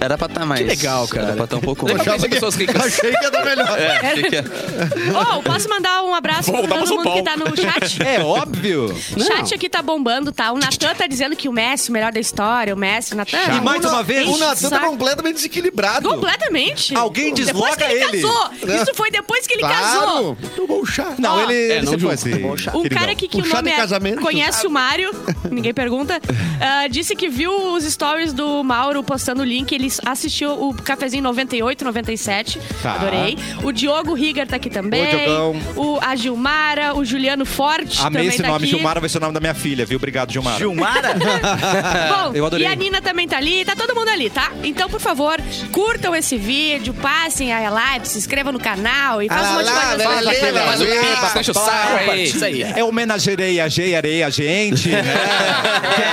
Era pra estar mais.
Que legal, cara.
Era pra estar um pouco
Lembra
mais.
que pessoas ricas.
Achei que ia dar melhor.
É,
*laughs*
achei que-
Ô, posso mandar um abraço
Bom,
pra
damos
todo
um
mundo que
pau.
tá no chat?
É óbvio.
*laughs*
Não.
chat aqui tá bombando, tá? O Natan tá dizendo que o Messi, o melhor da história, o Messi, o Natan.
E mais uma vez,
O Natan tá
Saco.
completamente desequilibrado.
Completamente.
Alguém
Depois
desloca
que ele,
ele.
casou. Isso foi depois que ele casou.
Claro. Tomou um chá.
Não,
Ó,
ele,
é,
ele
não
sempre
julgo.
foi assim,
Um
queridão.
cara aqui que o
Puxado
nome
em
é,
casamento?
conhece o Mário, *laughs* ninguém pergunta, ah, disse que viu os stories do Mauro postando o link, ele assistiu o Cafezinho 98, 97,
Tá.
adorei. O Diogo Rigger tá aqui também.
Oi, Diogão.
o, a Gilmara, o Juliano Forte
Amei
também
esse
tá
nome.
aqui.
Gilmara vai ser o nome da minha filha, viu? Obrigado, Gilmara.
Gilmara?
*laughs* Bom,
Eu adorei.
e a Nina também tá ali, tá todo mundo ali, tá? Então, por favor, curtam esse vídeo, passem a live, se inscrevam no canal e façam um monte de coisa.
lá,
assim.
lá, lá,
Mas o Pix, deixa o saco aí. Isso aí.
É homenagearei a G, arei a gente. né?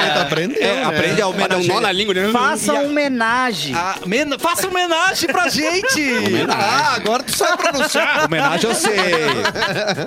Ele tá aprendendo.
É,
né?
aprende a
Pra dar um nó na
homenagear.
língua, né?
Faça uma homenagem.
Ah, men- Faça homenagem pra gente!
Ah, agora tu sabe pronunciar.
*laughs* Homenagem eu sei.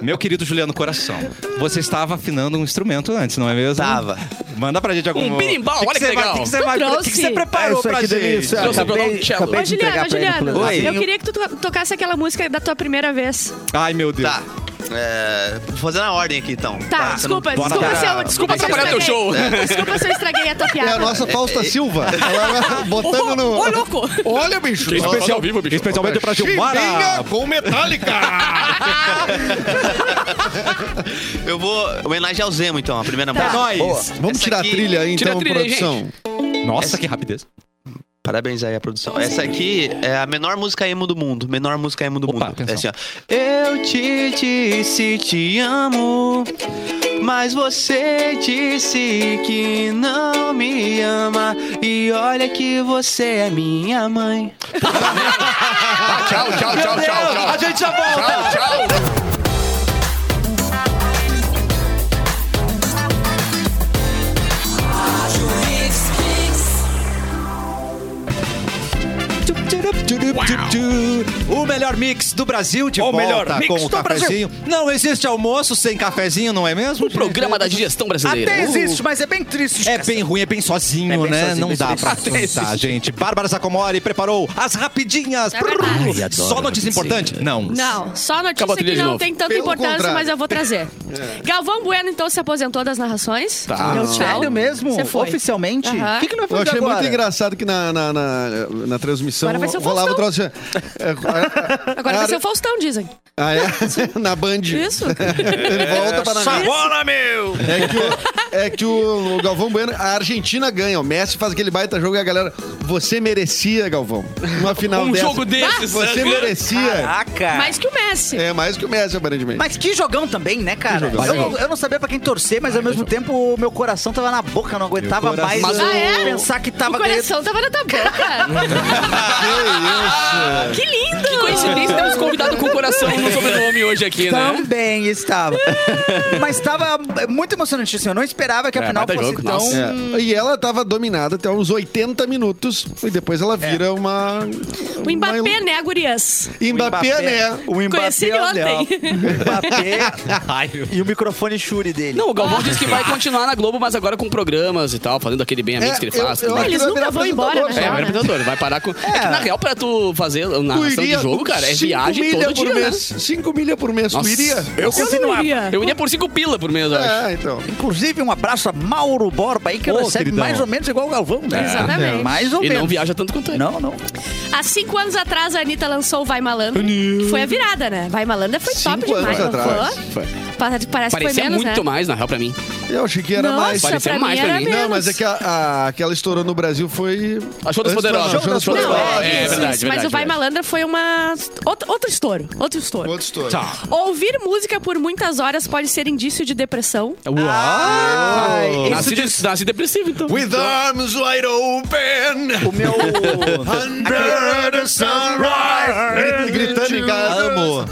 Meu querido Juliano Coração, você estava afinando um instrumento antes, não é mesmo?
Tava.
Manda pra gente algum...
Um berimbau, olha que
você vai-
legal.
O que você,
Tu
vai- o que
trouxe.
que você preparou
É isso aí,
pra
que
gente?
delícia.
Trouxe pra dar um
Acabei,
cello.
acabei
Ô,
de
Juliano,
entregar
ô,
pra ele no
Juliano,
Oi.
eu queria que tu to- tocasse aquela música da tua primeira vez.
Ai, meu Deus.
Tá. É, vou fazer na ordem aqui, então.
Tá,
você não-
desculpa,
bora
desculpa
lá.
se eu. Desculpa se eu
atrapalhar teu
estraguei.
show.
Desculpa se eu estraguei a tua
É
piada.
a nossa
*laughs*
Fausta Silva. Ela
Ô,
botando
ô,
no...
louco!
Olha, bicho.
Especial ao vivo, bicho.
Especialmente pra Gilmara.
Chimbinha com
*laughs*
Metallica.
Eu vou homenagear ao Zemo, então, a primeira
É
música.
nóis.
Vamos
Essa
tirar
aqui-
a trilha aí,
Tira a
então,
trilha aí,
produção.
Nossa, que rapidez.
Parabéns aí à produção. Essa aqui é a menor música emo do mundo. Menor música emo do mundo. É assim, ó. Eu te disse te amo, mas você disse que não me ama. E olha que você é minha mãe.
Ah,
Tchau, tchau, tchau, tchau, tchau.
A gente já volta!
Tchau, tchau.
O melhor mix do Brasil de
O
volta
melhor mix
com
do
o cafezinho. Não existe almoço sem cafezinho, não é mesmo?
O programa da digestão
Ah,
brasileira.
Até existe, mas é bem triste.
É bem ruim, é bem sozinho,
É bem
né?
sozinho,
não
bem
dá
sozinho.
pra *laughs* pensar, gente. Bárbara Sacomori preparou as rapidinhas. Prrr.
Ai, adoro
Só notícia
rapidinha.
importante? Não.
Tá Não, só
Acabou a
notícia
trilha
que
de
não
novo.
tem tanta
Pelo
importância,
contrário.
mas eu vou trazer. Galvão Bueno, então, se aposentou das narrações.
Tá.
Deu
Meu
tchau.
Ah, sério mesmo?
Você foi.
Oficialmente? O
Aham.
que, que ele vai
Eu
fazer
achei
agora?
muito engraçado que na, na, na, na transmissão
Agora vai ser o
rolava o troço. assim, é, é,
Agora vai
é,
ser o Faustão, dizem.
Ah, é? *laughs* Na Band.
Isso. É,
Ele volta pra na
Bola, meu!
É que, o, é que o, o Galvão Bueno, a Argentina ganha. O Messi faz aquele baita jogo e a galera. Você merecia, Galvão. Uma final
Um
dessa.
jogo desses.
Você merecia.
Caraca.
Mais que o Messi.
É mais que o Messi, aparentemente.
Mas que jogão também, né, cara?
jogão.
Eu, não- eu não sabia pra quem torcer, mas ao mesmo tempo o meu coração tava na boca, eu não aguentava
coração.
mais
Ah, é?
pensar que
O
tava ganhando.
coração tava na tua boca. que lindo. Que
Coincidência, temos convidado com o coração no sobrenome hoje aqui, né?
Também
*laughs*
estava. mas tava muito emocionante, assim. Eu não esperava que a
É,
final
baita
fosse
jogo.
tão...
Nossa.
É. E ela tava dominada até uns 80 minutos e depois
É.
ela vira uma.
O Mbappé,
uma-
né, gurias?
Mbappé, né?
O Mbappé,
Conheci ele
olha,
ontem.
ó. O
*laughs*
Mbappé e o microfone Shure dele.
Não, o Galvão disse que vai continuar na Globo, mas agora com programas e tal, fazendo aquele bem amigos
É,
que ele
eu-
faz. né?
eu
tudo mais.
acho
Eles
que vai
nunca
virar
vão embora,
apresentador.
né?
É, o apresentador, vai parar com. É, que na real, pra tu fazer na
Tu
narração de
iria
jogo, cara, é
cinco
viagem
milha
todo
por
dia. né?
mês. 5 milha por mês,
Nossa.
tu iria?
Eu continuava.
iria.
Eu iria por cinco pila por mês, eu acho.
É, então.
Inclusive, um abraço a Mauro Borba aí, que
Ô,
recebe
queridão.
mais ou menos igual o Galvão, né?
Exatamente.
Mais ou
E
menos.
não viaja tanto quanto ele.
Não, não.
Há cinco anos atrás, a Anitta lançou o Vai Malandro. que Foi a virada, né? Vai Malandro foi top
Cinco
demais.
anos
não
atrás.
foi? Parece, parece que foi
Parecia
menos,
muito
né?
mais, na real, pra mim.
Eu achei que era
Nossa,
mais.
Parecia
pra
mais
mim
pra
era
mim.
menos.
Não, mas é que a, a- que ela estourou no Brasil foi.
A Show das
Antes pra-
Poderosas.
Show das
Show das
Poderosas.
Não, é,
É,
isso,
verdade,
isso, mas
verdade,
o Vai
verdade.
Malandra foi uma... Outro, outro estouro, outro estouro.
Outro estouro.
Tá.
Ouvir música por muitas horas pode ser indício de depressão.
Ai,
Nasci, de- nasci depressivo, então.
With arms wide open,
o meu...
under the sunrise.
Gritando em casa. Amo.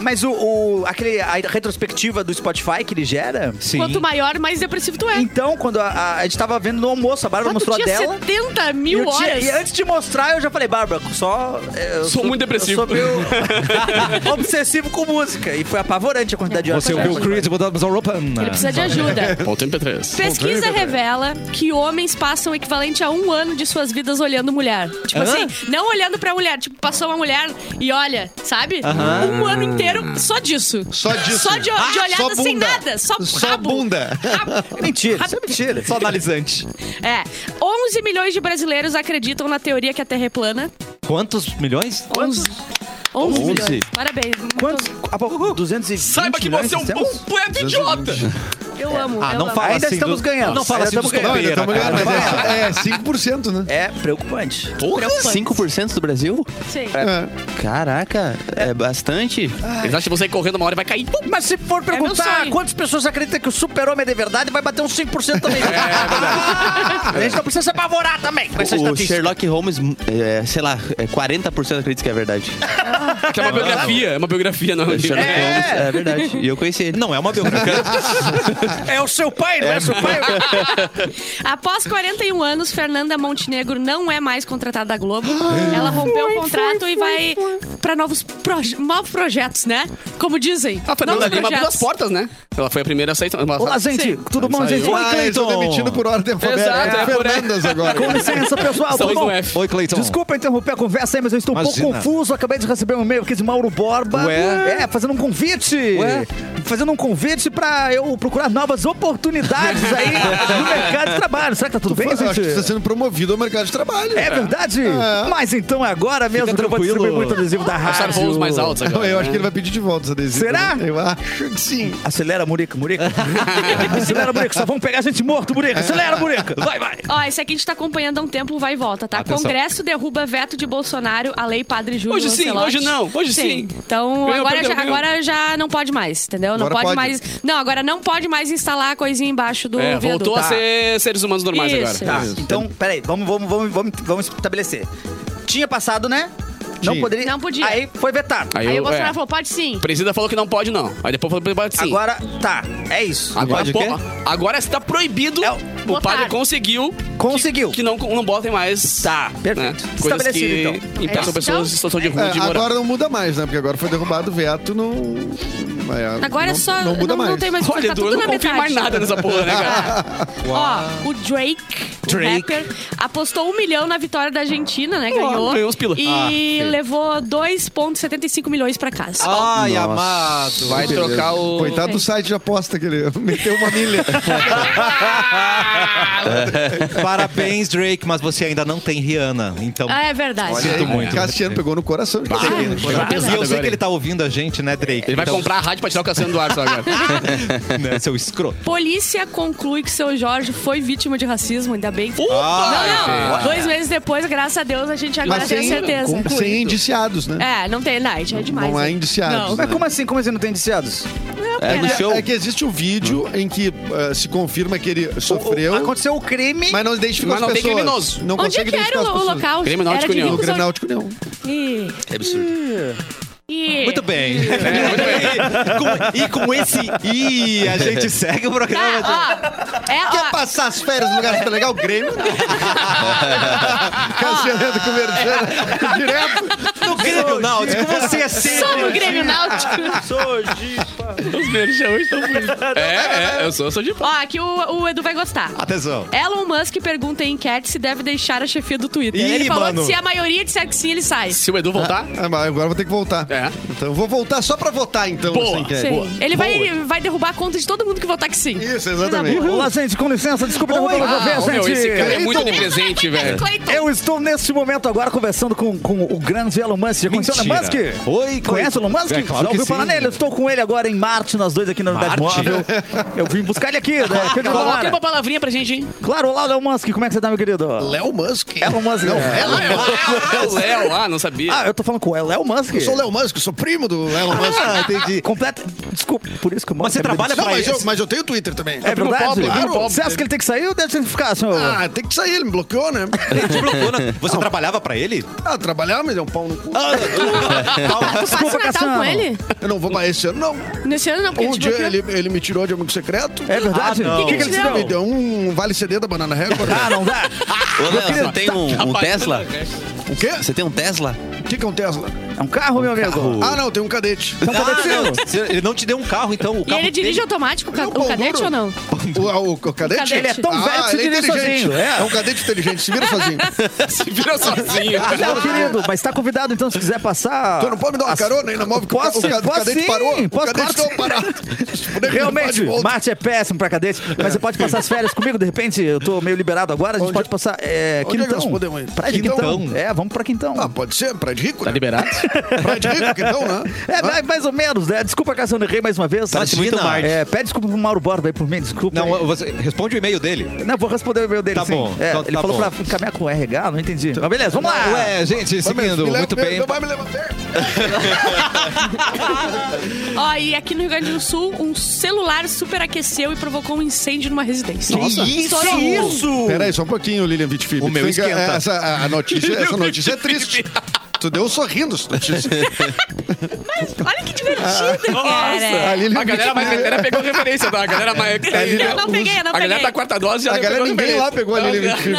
Mas o, o- aquele, a retrospectiva do Spotify que ele gera...
Quanto maior, mais depressivo tu é.
Então, quando a, a- a gente tava vendo no almoço, a Bárbara
Ah, tu
mostrou a
tinha
dela.
70
E, eu
mil
tinha-
horas.
e antes de mostrar, eu já falei, Bárbara, só. é, Eu
Sou muito depressivo.
Eu sou meio *laughs* obsessivo com música. E foi apavorante a quantidade de horas.
Você
que eu
ouviu o
já
Creed botando a roupa?
Ele precisa
Ah. *laughs*
de ajuda.
Volta em P3.
Pesquisa revela que homens passam o equivalente a um ano de suas vidas olhando mulher. Tipo assim, não olhando pra mulher. Tipo, passou uma mulher e olha, sabe? Um ano inteiro só disso.
Só disso.
Só de, de
Ah,
olhada
só
sem
bunda.
nada. Só,
Só
rabo.
bunda.
Rabo.
Mentira, isso é mentira.
Só analisante.
É. 11 milhões de brasileiros acreditam na teoria que a Terra é plana.
Quantos milhões?
11. 11
Onze?
milhões. Parabéns.
Quantos? A pouco- 220
Saiba que você é um
milhões de céus?
completo idiota!
Eu
É.
amo.
Ah,
eu
não
amo.
fala
Ainda
assim
estamos
do-
ganhando.
Não fala
Ainda
assim dos
estamos ganhando.
Não, ainda
topeira,
estamos ganhando,
cara.
mas é, é 5%, né?
É preocupante.
Porra, 5% do Brasil?
Sim.
É.
Caraca, é bastante.
Ah,
Eles acham que você correndo uma hora e vai cair. Pum.
Mas se for perguntar
sonho.
quantas pessoas acreditam que o super-homem é de verdade, vai bater uns 5% *laughs* também. A gente não precisa se apavorar também com essa
O
estatística.
Sherlock Holmes, é, sei lá, é 40% acredita que é verdade.
Que é uma biografia, é uma biografia, não é um
O
livro.
Sherlock
É.
Holmes, é verdade. E eu conheci ele.
Não, é *laughs* uma biografia.
É o seu pai, não é, seu pai?
Após 41 anos, Fernanda Montenegro não é mais contratada da Globo.
Ah.
Ela rompeu o contrato e vai pra novos, proje- novos projetos, né? Como dizem.
A Fernanda
novos
Lima abriu as
projetos.
portas, né? Ela foi a primeira a sair.
Olá, gente. Tudo bom,
Saiu.
gente?
Oi,
Ah, eu tô
Cleiton.
demitindo por ordem alfabética.
Exato,
é
é por aí.
Fernandas agora.
*laughs* Com licença, pessoal.
Só
Tudo
no
bom?
F.
Oi, Cleiton.
Desculpa interromper a conversa aí, mas eu estou um pouco
Imagina.
confuso. Acabei de receber um e-mail aquele Mauro Borba.
Ué?
É, fazendo um convite.
Ué?
Fazendo um convite pra eu procurar novas oportunidades *laughs* aí no mercado de trabalho. Será que tá tudo bem,
Eu acho que
gente?
você está sendo promovido ao mercado de trabalho.
É verdade?
É.
Mas então é agora mesmo
Fica
que eu vou
tranquilo.
distribuir muito adesivo da
Passar
rádio.
voos mais altos agora. né?
Eu acho que ele vai pedir de volta esse adesivo.
Será?
Eu acho que sim.
Acelera, Murica, Murica.
*laughs*
Acelera, Murica. Só vamos pegar gente morto, Murica. Acelera, Murica. Vai, vai.
Ó, esse aqui a gente tá acompanhando há um tempo, vai e volta, tá?
Atenção.
Congresso derruba veto de Bolsonaro, a lei Padre Júlio
Hoje sim,
Lancelotti.
hoje não, hoje sim.
Então,
Ganhou,
agora,
perdeu,
já,
ganhou.
agora já não pode mais, entendeu? Não
Agora pode.
pode, mais... Não, agora não pode mais instalar a coisinha embaixo do
É,
viaduto.
voltou a
Tá.
ser seres humanos normais
Isso.
agora.
Tá,
Então, peraí, vamos, vamos, vamos, vamos, vamos estabelecer. Tinha passado, né? Não
Tinha.
poderia.
Não podia.
Aí foi vetado.
Aí o
eu-
Bolsonaro
é.
falou, pode sim.
O presidente falou que não pode, não. Aí depois falou que pode sim.
Agora, tá, é isso.
Agora,
Pode o
pô,
quê?
agora está proibido.
É,
o
botaram.
padre conseguiu
Conseguiu.
que não, não botem mais. né?
Tá,
Coisas
perfeito.
que
Estabelecido,
impeçam
isso.
pessoas em
Então,
situação de
É,
rua de morar.
agora não muda mais, né? Porque agora foi derrubado o veto, não. é,
Agora
não,
é só...
Não muda mais.
tem
*laughs*
mais...
Olha,
tá
Edu,
tudo
eu
na
não confio
metade.
mais nada nessa porra, né, cara?
Ó, o Drake, o rapper, apostou um milhão na vitória da Argentina, né? Ganhou.
ganhou uns pila.
Ah,
E levou 2,75 milhões pra casa.
Ah.
Ai, amado.
Vai trocar o.
Coitado do site de aposta que ele *laughs* meteu uma milha.
Parabéns, Drake, mas você ainda não tem Rihanna. Então.
Ah, é verdade.
Sinto muito.
Cassiano pegou no coração. de Cassiano.
E eu sei que ele tá ouvindo a gente, né, Drake?
Ele vai comprar a rádio pra tirar o Cassiano do ar só agora.
né, seu escroto.
Polícia conclui que seu Jorge foi vítima de racismo, ainda bem que.
Ai,
não, não. Dois meses depois, graças a Deus, a gente agora
Mas
tem a
sem-
certeza.
com- sem indiciados, né?
É, não tem, não, é demais.
Não há
né?
indiciados.
Não.
né?
Mas como assim? Como assim não tem indiciados?
É do show.
É que existe um vídeo em que eh, se confirma que ele sofreu,
O- aconteceu o crime.
mas não identificou
Mas
as
não tem
pessoas.
criminoso.
Não
Onde é
consegue
que era
identificar
o,
as
o
pessoas.
local?
Grêmio
era
Náutico
de
União.
No
Vincos
Grêmio Náutico, não.
Ih,
É absurdo.
ih.
Muito
*laughs*
bem.
É.
Com- e com esse i, a gente segue o programa.
Tá, ó. É, ó,
Passar as férias no lugar tá legal, Grêmio.
Ah.
Cassiano conversando *laughs* direto.
*laughs*
No Grêmio Náutico, você é
só no
sempre.
Grêmio Náutico.
*laughs*
Os merchan hoje estão muito. É, é, eu sou, eu sou de pau.
Ó, aqui o, o Edu vai gostar.
Atenção.
Elon Musk pergunta em enquete se deve deixar a chefia do Twitter.
Ih,
ele falou
mano.
que se a maioria disser que sim, ele sai.
Se o Edu voltar,
Ah, mas agora eu vou ter que voltar.
É.
Então eu vou voltar só pra votar, então.
Boa.
assim, que é.
Sim. Ele vai, vai derrubar a conta de todo mundo que votar que sim.
Isso, exatamente.
Olá, gente, com licença, desculpa derrubar
Ah,
vocês,
meu,
gente.
esse cara é muito
Cleiton.
presente, velho.
Cleiton.
Eu estou neste momento agora conversando com, com o grande Elon Musk. Já conheceu o Elon Musk?
Mentira. Oi,
Conhece o Elon Musk?
É, claro
Já ouviu
que
falar
sim.
nele? Eu estou com ele agora em Marte, nós dois aqui na Unidade
Marte?
Móvel. Eu vim buscar ele aqui, né?
*laughs*
Aqui
Coloca
de Guadalajara.
uma palavrinha pra gente, hein?
Claro, olá, Elon Musk. Como é que você tá, meu querido?
Léo Musk.
Elon Musk. é. Não,
Ah, o Léo, ah, não sabia.
Ah, eu tô falando com o Elon Musk.
Eu sou o Léo Musk, eu sou primo do Elon Musk.
Ah, entendi.
Completo. Desculpa, por isso que eu
Mas você trabalha
Não,
pra
mas
isso.
eu, mas eu tenho Twitter também.
É verdade?
Tá pobre, primo
Claro.
pobre.
Você acha que ele tem que sair ou deve ficar, senhor?
Ah, tem que sair, ele me bloqueou, né?
Te bloqueou, né? Você trabalhava pra ele?
Ah, trabalhar, mas é um pau no
Ah.
cu.
Desculpa,
Tu passa o Natal
Cassiano.
com ele?
Eu não vou mais esse ano, não.
Nesse ano não, porque
Um
ele te
dia
bloqueou.
ele, ele me tirou de amigo secreto.
é verdade?
ah, não.
O que, que ele te deu?
Me deu um vale CD da Banana Record.
Ah, não dá.
Ô, Léo, você tem
Tá
um, um Tesla?
o quê?
Você tem um Tesla?
O que, que é um Tesla?
É um carro, meu amigo.
Ah, não, tem um cadete.
É um
Ah,
cadetinho.
Você- Ele não te deu um carro, então. O
E
carro
ele dirige
dele-
automático o ca-
Não,
o
pau
cadete
duro.
ou não?
O, o, o cadete?
cadete. Ele é
tão velho que se
ele é
dirige
inteligente.
sozinho, é.
É. um cadete inteligente, se vira sozinho.
*laughs* Se vira sozinho.
Ah, meu querido, mas tá convidado então se quiser passar.
Tu não pode me dar uma
As-
carona aí na móvel? que o ca-
Posso
o, ca-
sim,
o
posso
cadete
sim,
parou.
posso,
o cadete
claro
não parado. *laughs* Poder me levar
Realmente,
de volta.
Marte é péssimo pra cadete, mas você pode passar as férias comigo, de repente, eu tô meio liberado agora, a gente
Onde-
pode passar. É,
onde é que
quintão.
nós podemos ir?
Praia de quintão.
Quintão?
É, vamos pra quintão.
Ah, pode ser, praia de rico,
Tá
né?
liberado?
*laughs* Praia de rico, que não, né?
É, mais- mais ou menos, né? Desculpa, Cassiano, errei mais uma vez.
Nossa, muito
Imagina.
Marte.
É, pede desculpa pro Mauro Borba aí por mim, desculpa.
Não,
aí.
você- responde o e-mail dele.
Não, vou responder o e-mail dele,
Tá
sim.
bom,
É,
tá-
ele
tá
falou
bom. é,
pra caminhar com o RH, não entendi. Mas beleza, vamos lá.
Ué, gente,
Vai,
seguindo,
me leva-
muito
me-
bem.
Não vai me
então.
levar perto.
Ó, e aqui no Rio Grande do Sul, um celular superaqueceu e provocou um incêndio numa residência.
Nossa.
Estourou um.
Peraí, só um pouquinho, Lilian Vitfib.
O meu esquenta.
Essa, a- a notícia, essa notícia é triste. Tu deu um sorrindo essa notícia.
Olha que divertido, cara.
A Lilian
A galera mais
Vitfib-
veterana pegou referência, tá? A galera mais.
Eu não peguei, eu não
a galera
peguei.
da quarta dose já
A galera,
pegou
ninguém
referência.
lá pegou a Lilian Vitfib.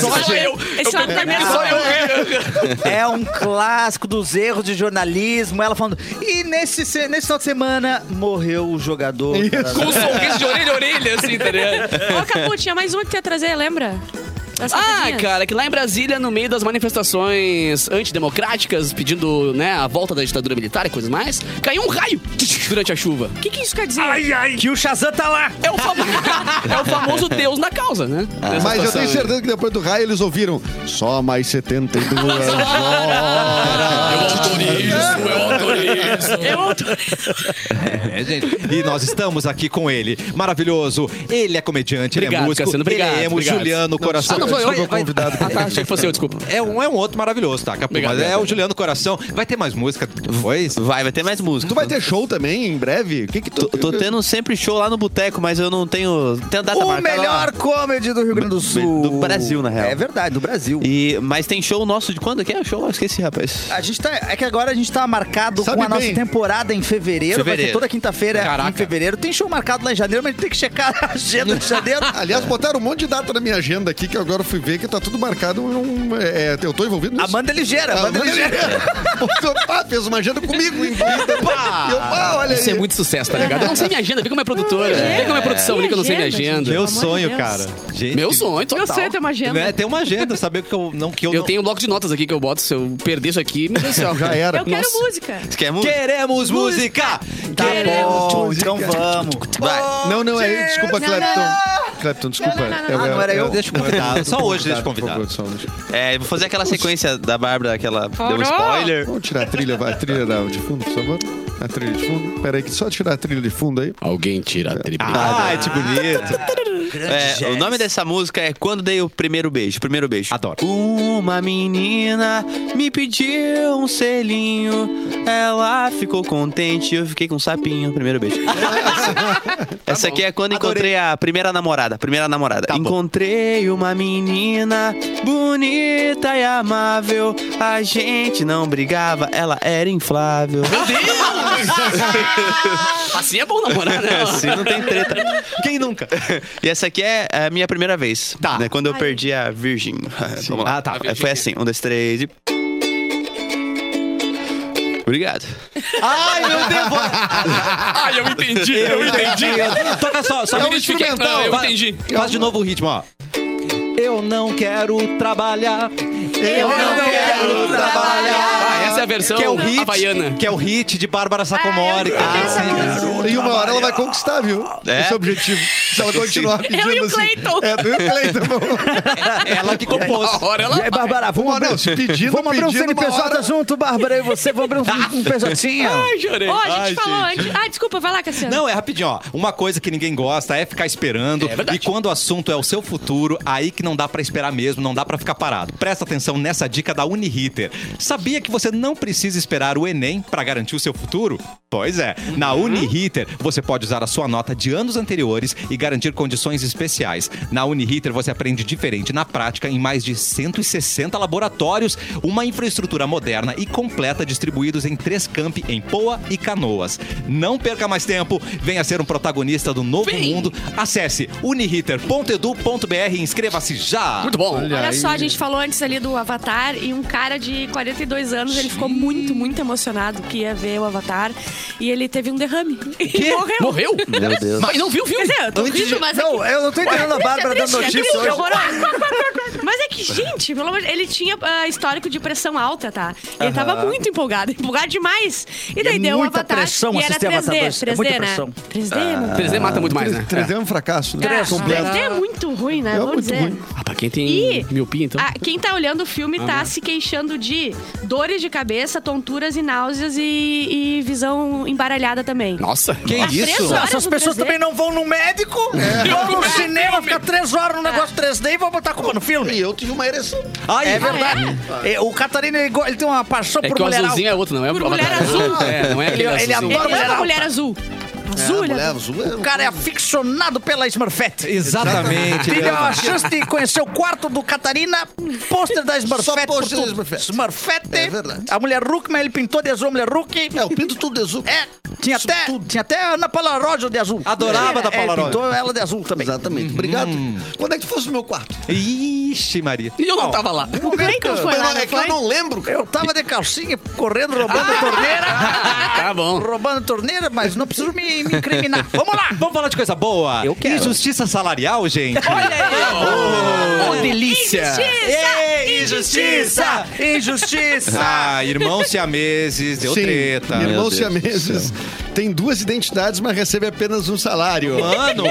Só
Esse
eu.
lado-
Eu
Esse lado da minha
peguei só eu.
É um clássico dos erros de jornalismo. Ela falando. E nesse, se- nesse final de semana morreu o jogador.
Com um sorriso de orelha a orelha, assim, tá ligado?
Ô, Capu, tinha mais uma que tu ia trazer, lembra? As
Ah,
rapidinhas.
cara, que lá em Brasília, no meio das manifestações antidemocráticas, pedindo né, a volta da ditadura militar e coisas mais, caiu um raio durante a chuva.
O que, que isso quer dizer?
Que o Shazam tá lá.
É o, famo- *laughs* é o famoso Deus na causa, né? Nessa
Ah, Mas eu
situação.
tenho certeza que depois do raio eles ouviram só mais 72 horas.
Eu autor-
É, gente. E nós estamos aqui com ele. Maravilhoso. Ele é comediante, ele
Obrigado,
é músico.
Cassiano, obrigado,
ele é emo,
obrigado.
Juliano Coração.
Ah, não, foi eu?
Desculpa, convidado.
Ah, tá, achei que fosse eu, desculpa.
É um, é um outro maravilhoso, tá? Capô?
Obrigado,
Mas é
obrigado.
o Juliano Coração. Vai ter mais música depois?
Vai, vai ter mais música.
Tu vai ter show também em breve? O que que tu...
Tô, tô tendo sempre show lá no boteco, mas eu não tenho. Tenho data
O
marcada
melhor
lá.
comedy do Rio Grande do Sul.
do Brasil, na real.
É verdade, do Brasil.
E, mas tem show nosso de quando que é o show? Eu esqueci, rapaz.
A gente tá, é que agora a gente tá marcado
Sabe
com a nossa
bem.
temporada em fevereiro. Vai
Fevereiro.
ter toda quinta-feira em
Caraca.
fevereiro. Tem show marcado lá em janeiro, mas a gente tem que checar a agenda de janeiro.
Aliás, botaram um monte de data na minha agenda aqui que agora eu fui ver que tá tudo marcado. um- é, eu tô envolvido nisso.
Amanda é ligeira, Amanda, é
Amanda *laughs*
ligeira.
Botou, pá, fez uma agenda comigo, incluída. E eu, pá, olha
Isso
aí.
é muito sucesso, tá ligado? Eu não sei minha agenda, vê como é produtora. Vê como é produção, vê que eu não sei minha agenda.
Meu
Pelo amor de
sonho,
Deus.
cara. Gente,
Meu sonho, total.
Eu sei, tem uma agenda.
Né? Tem uma agenda, saber que eu não. Que eu
Eu
não...
tenho um bloco de notas aqui que eu boto. Se eu perder isso aqui, meu Deus do céu.
Já é. era.
Eu quero
Nossa.
música.
Você quer música?
Queremos música!
Tá bom, então vamos.
Vai.
Não, não, é. Desculpa,
Não,
Clepton. Clepton, desculpa.
Não, não, não, não.
Eu-
Ah,
eu-
não era eu?
eu-
Deixa eu
Tá,
convidar.
só hoje, deixa eu
por
convidar.
favor, só um minutinho.
É, vou fazer aquela sequência da Bárbara, aquela deu um
Parou.
spoiler.
Vamos tirar a trilha, vai. A trilha da- de fundo, por favor. A trilha de fundo. Pera aí, que só tirar a trilha de fundo aí.
Alguém tira a tribo.
Ai, que bonito.
É, o nome dessa música é Quando Dei o Primeiro Beijo. Primeiro beijo.
Adoro.
Uma menina me pediu um selinho. Ela ficou contente. Eu fiquei com um sapinho. Primeiro beijo. Essa aqui é quando encontrei a primeira namorada. Primeira namorada. encontrei uma menina bonita e amável. A gente não brigava, ela era inflável.
Meu
Ah.
Deus! assim é bom namorar,
*laughs*
né?
Assim não
*laughs*
tem treta.
Quem nunca?
E essa aqui é a minha primeira vez.
Tá.
né, quando eu perdi a *laughs* virgem. Vamos lá.
Ah, tá.
Foi assim, um, dois, três e... Obrigado.
Ai, meu Deus! vou-
Ai, eu entendi, eu entendi.
Toca só, só
Eu
me
me identifiquei com ela, eu
Vai-
entendi.
Faz de novo o ritmo, ó. Eu não quero trabalhar. Eu não quero trabalhar.
Ah, essa é a versão
Que é o hit,
havaiana.
que é o hit de Bárbara Sacomori.
Ah, eu
cara.
essa música.
E uma hora ela vai conquistar, viu?
É.
Esse é o objetivo. Se ela continuar pedindo
e o
assim.
Cleiton.
É, do Cleiton.
Ela que compôs.
A hora ela.
E aí, Bárbara, vamos
Uma, não, se pedindo,
Vamos abrir um
pedindo, uma
CNPJ
hora-
junto, Bárbara, e você. Vamos abrir um, um PJ.
Ai, chorei.
Ó, a gente falou antes. Ah, desculpa, vai lá, Cassiano.
Não, é rapidinho, ó. Uma coisa que ninguém gosta é ficar esperando.
É verdade.
e quando o assunto é o seu futuro, aí que não dá pra esperar mesmo, não dá pra ficar parado. Presta atenção nessa dica da Uniriter. Sabia que você não precisa esperar o Enem pra garantir o seu futuro? Pois é. Na
Uhum.
Uniriter, você pode usar a sua nota de anos anteriores e garantir condições especiais. Na Uniriter, você aprende diferente na prática em mais de 160 laboratórios, uma infraestrutura moderna e completa distribuídos em três campi em Poa e Canoas. Não perca mais tempo, venha ser um protagonista do novo
Vem.
mundo. Acesse uniriter.edu.br e inscreva-se já.
Muito bom.
Olha só, a gente falou antes ali do Avatar e um cara de 42 anos, ele ficou muito, muito emocionado que ia ver o Avatar e ele teve um derrame. *laughs* E morreu.
Morreu? Meu Deus. Mas não viu o filme?
Quer dizer, eu tô rindo, mas é
Não,
que-
eu não tô entendendo a
Isso é
Bárbara dando
triste, é
notícia
triste,
hoje.
horroroso. *laughs* Mas é que, gente, pelo amor de ele tinha ah, histórico de pressão alta, tá? E ele tava muito empolgado, *laughs* empolgado demais. E daí
é
deu um
muita
avatar.
pressão
e era
assistir
3D,
Avatar 2, é
3D,
muita
né?
pressão.
3D, mano.
3D mata muito mais, né?
3D é um fracasso, né?
Ah,
Completo.
3D é muito ruim, né?
É
Vamos
muito
dizer.
ruim.
Ah, pra quem tem
E-
miopia, então.
Ah, quem tá olhando o filme tá se queixando de dores de cabeça, tonturas e náuseas e, e visão embaralhada também.
Nossa.
Que
As três
isso?
horas
Essas
no
pessoas
3D.
também não vão no médico, vão no
É.
cinema, ficar três horas no
É.
negócio 3D e vão botar a culpa no filme.
E eu tive uma ereção.
Ai,
Ah,
É verdade. É, O Catarina ele, go- ele tem uma paixão
É
por
que o
mulheral.
azulzinho é outro, não é?
Por
o
mulher
Avatar.
azul.
*laughs* É, não é aquele
Ele- ele
azulzinho.
adora-
Ele ama
Mulher-
mulher azul. Azul,
né? É,
né? ele
mulher
adora.
azul é-
O cara é aficionado pela Smurfette.
Exatamente.
Tive
Leandro.
a chance de conhecer o quarto do Catarina, pôster da Smurfette. por
pôster da
tudo.
Smurfette.
Smurfette.
É verdade.
A mulher Rookman, ele pintou de azul a mulher Rook.
É, eu pinto tudo de azul.
É, tinha
Isso
até,
tudo.
tinha até a Ana Paula Roger de azul.
Adorava
É,
a Ana Paula
é,
Roger.
Pintou ela de azul também. Hum.
Exatamente. Obrigado. Quando é que tu fosse no meu quarto?
Ixi, Maria.
E eu não tava lá.
O Cleiton
Mas
foi lá,
não,
não
é que eu
foi?
não lembro. cara.
Eu tava de calcinha, correndo, roubando a torneira.
Ah.
Tá bom.
roubando a torneira, mas não preciso me
me, me incriminar. Vamos lá!
Vamos falar de coisa boa. Eu quero. Injustiça salarial, gente. Oh!
Olha aí!
Ô, delícia!
Ei, injustiça! Injustiça!
Ah, irmão siameses, deu
Sim,
treta.
Irmão
Meu Deus.
siameses tem duas identidades, mas recebe apenas um salário.
Mano!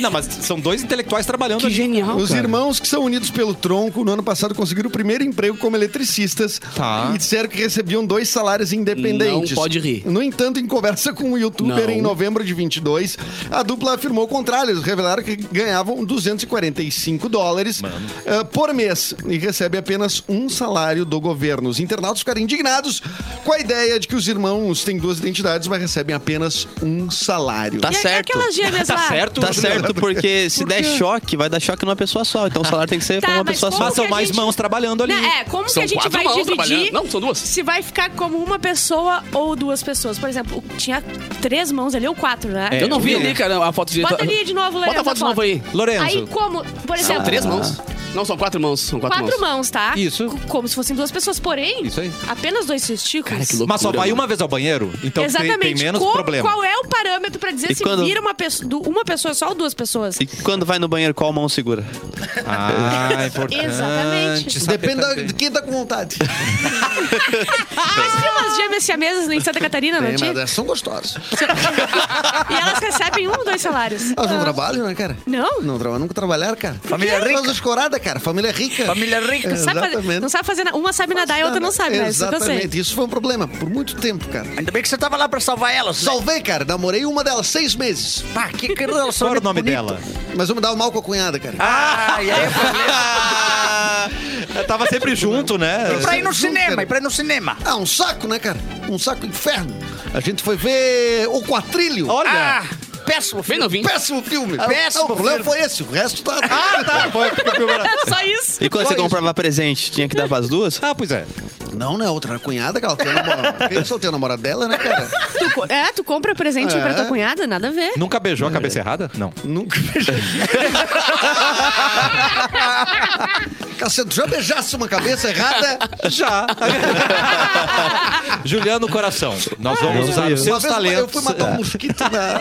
Não, mas são dois intelectuais trabalhando
Que
ali.
genial,
Os
cara.
irmãos que são unidos pelo tronco, no ano passado conseguiram o primeiro emprego como eletricistas
Tá.
e disseram que recebiam dois salários independentes.
Não pode rir.
No entanto, em conversa com um youtuber
Não.
em novembro de 22, a dupla afirmou o contrário. Eles revelaram que ganhavam 245 dólares eh, por mês e recebe apenas um salário do governo. Os internautas ficaram indignados com a ideia de que os irmãos têm duas identidades, mas recebem apenas um salário.
Tá
E
certo.
aquelas *laughs* gêmeas
Tá
lá?
certo?
Tá certo, porque se der choque, vai dar choque numa pessoa só. Então o salário tem que ser
Tá,
pra uma
mas
pessoa
como
só.
Mas são
que a
mais
gente-
mãos trabalhando ali.
Né, é, como que a gente vai
mãos
dividir
trabalhando. Não, são duas.
se vai ficar como uma pessoa ou duas pessoas? Por exemplo, tinha três mãos ali ou quatro, né?
eu não vi ali, cara, a foto direita.
Bota ali de novo, Lorenzo.
Bota a foto de novo aí.
Lorenzo.
Aí como, por exemplo...
São três mãos. Não, são quatro mãos. São quatro,
Quatro mãos, tá?
Isso.
C- Como se fossem duas pessoas, porém,
Isso aí.
apenas dois testículos.
Cara, que louco.
Mas só
Loucura,
vai
né?
uma vez ao banheiro, então tem-
Exatamente.
Tem, menos
Como-
problema.
Qual é o parâmetro pra dizer
E
se
quando-
vira uma pessoa, do- uma pessoa só ou duas pessoas?
E quando vai no banheiro, qual mão segura?
Ah, é importante.
Exatamente.
saber
Depende da-
também.
de quem tá com vontade.
Mas tem umas gêmeas siamesas em Santa Catarina, não
Tem,
tinha?
mas é, são gostosos.
*laughs* E elas recebem um ou dois salários.
Elas não trabalham, né, cara?
Não?
Não, traba- nunca trabalharam, cara.
Família rica.
Mas escorada, cara. Família rica.
Família rica.
Não sabe fazer,
Exatamente.
não sabe fazer nada. Uma sabe nadar e a outra não sabe, né? Isso que eu sei.
Exatamente. Isso foi um problema por muito tempo, cara.
Ainda bem que você tava lá pra salvar elas. né?
Salvei, cara. Namorei uma delas seis meses.
Pá, que que relação
Qual era o nome
bonito.
dela?
Mas eu me dava mal com a cunhada, cara.
Ah, e aí é problema.
Ah, tava sempre junto, né?
E pra ir no
Junto,
cinema,
cara.
e pra ir no cinema.
Ah, um saco, né, cara? Um saco inferno. A gente foi ver o quatrilho.
Olha!
Ah, péssimo
Vem
filme.
novinho.
Péssimo filme.
Péssimo
Ah, o problema
filme.
foi esse. O resto tá...
Ah,
*laughs*
tá! Foi, foi, foi, foi.
É *laughs* só isso.
E quando
Só
você
isso.
comprava presente, tinha que dar
*laughs*
pras duas?
Ah, pois é.
Não, não é outra. Era a cunhada, cara. Ela tem namorado. Eu soltei a namorada dela, né, cara?
Tu co- é, tu compra presente
É.
pra tua cunhada? Nada a ver.
Nunca beijou a cabeça errada? Não.
Nunca beijei. Cacete, já beijasse uma cabeça errada?
Já. Juliano Coração, nós vamos usar os
Uma
seus
vez Eu
talentos.
fui matar um mosquito na...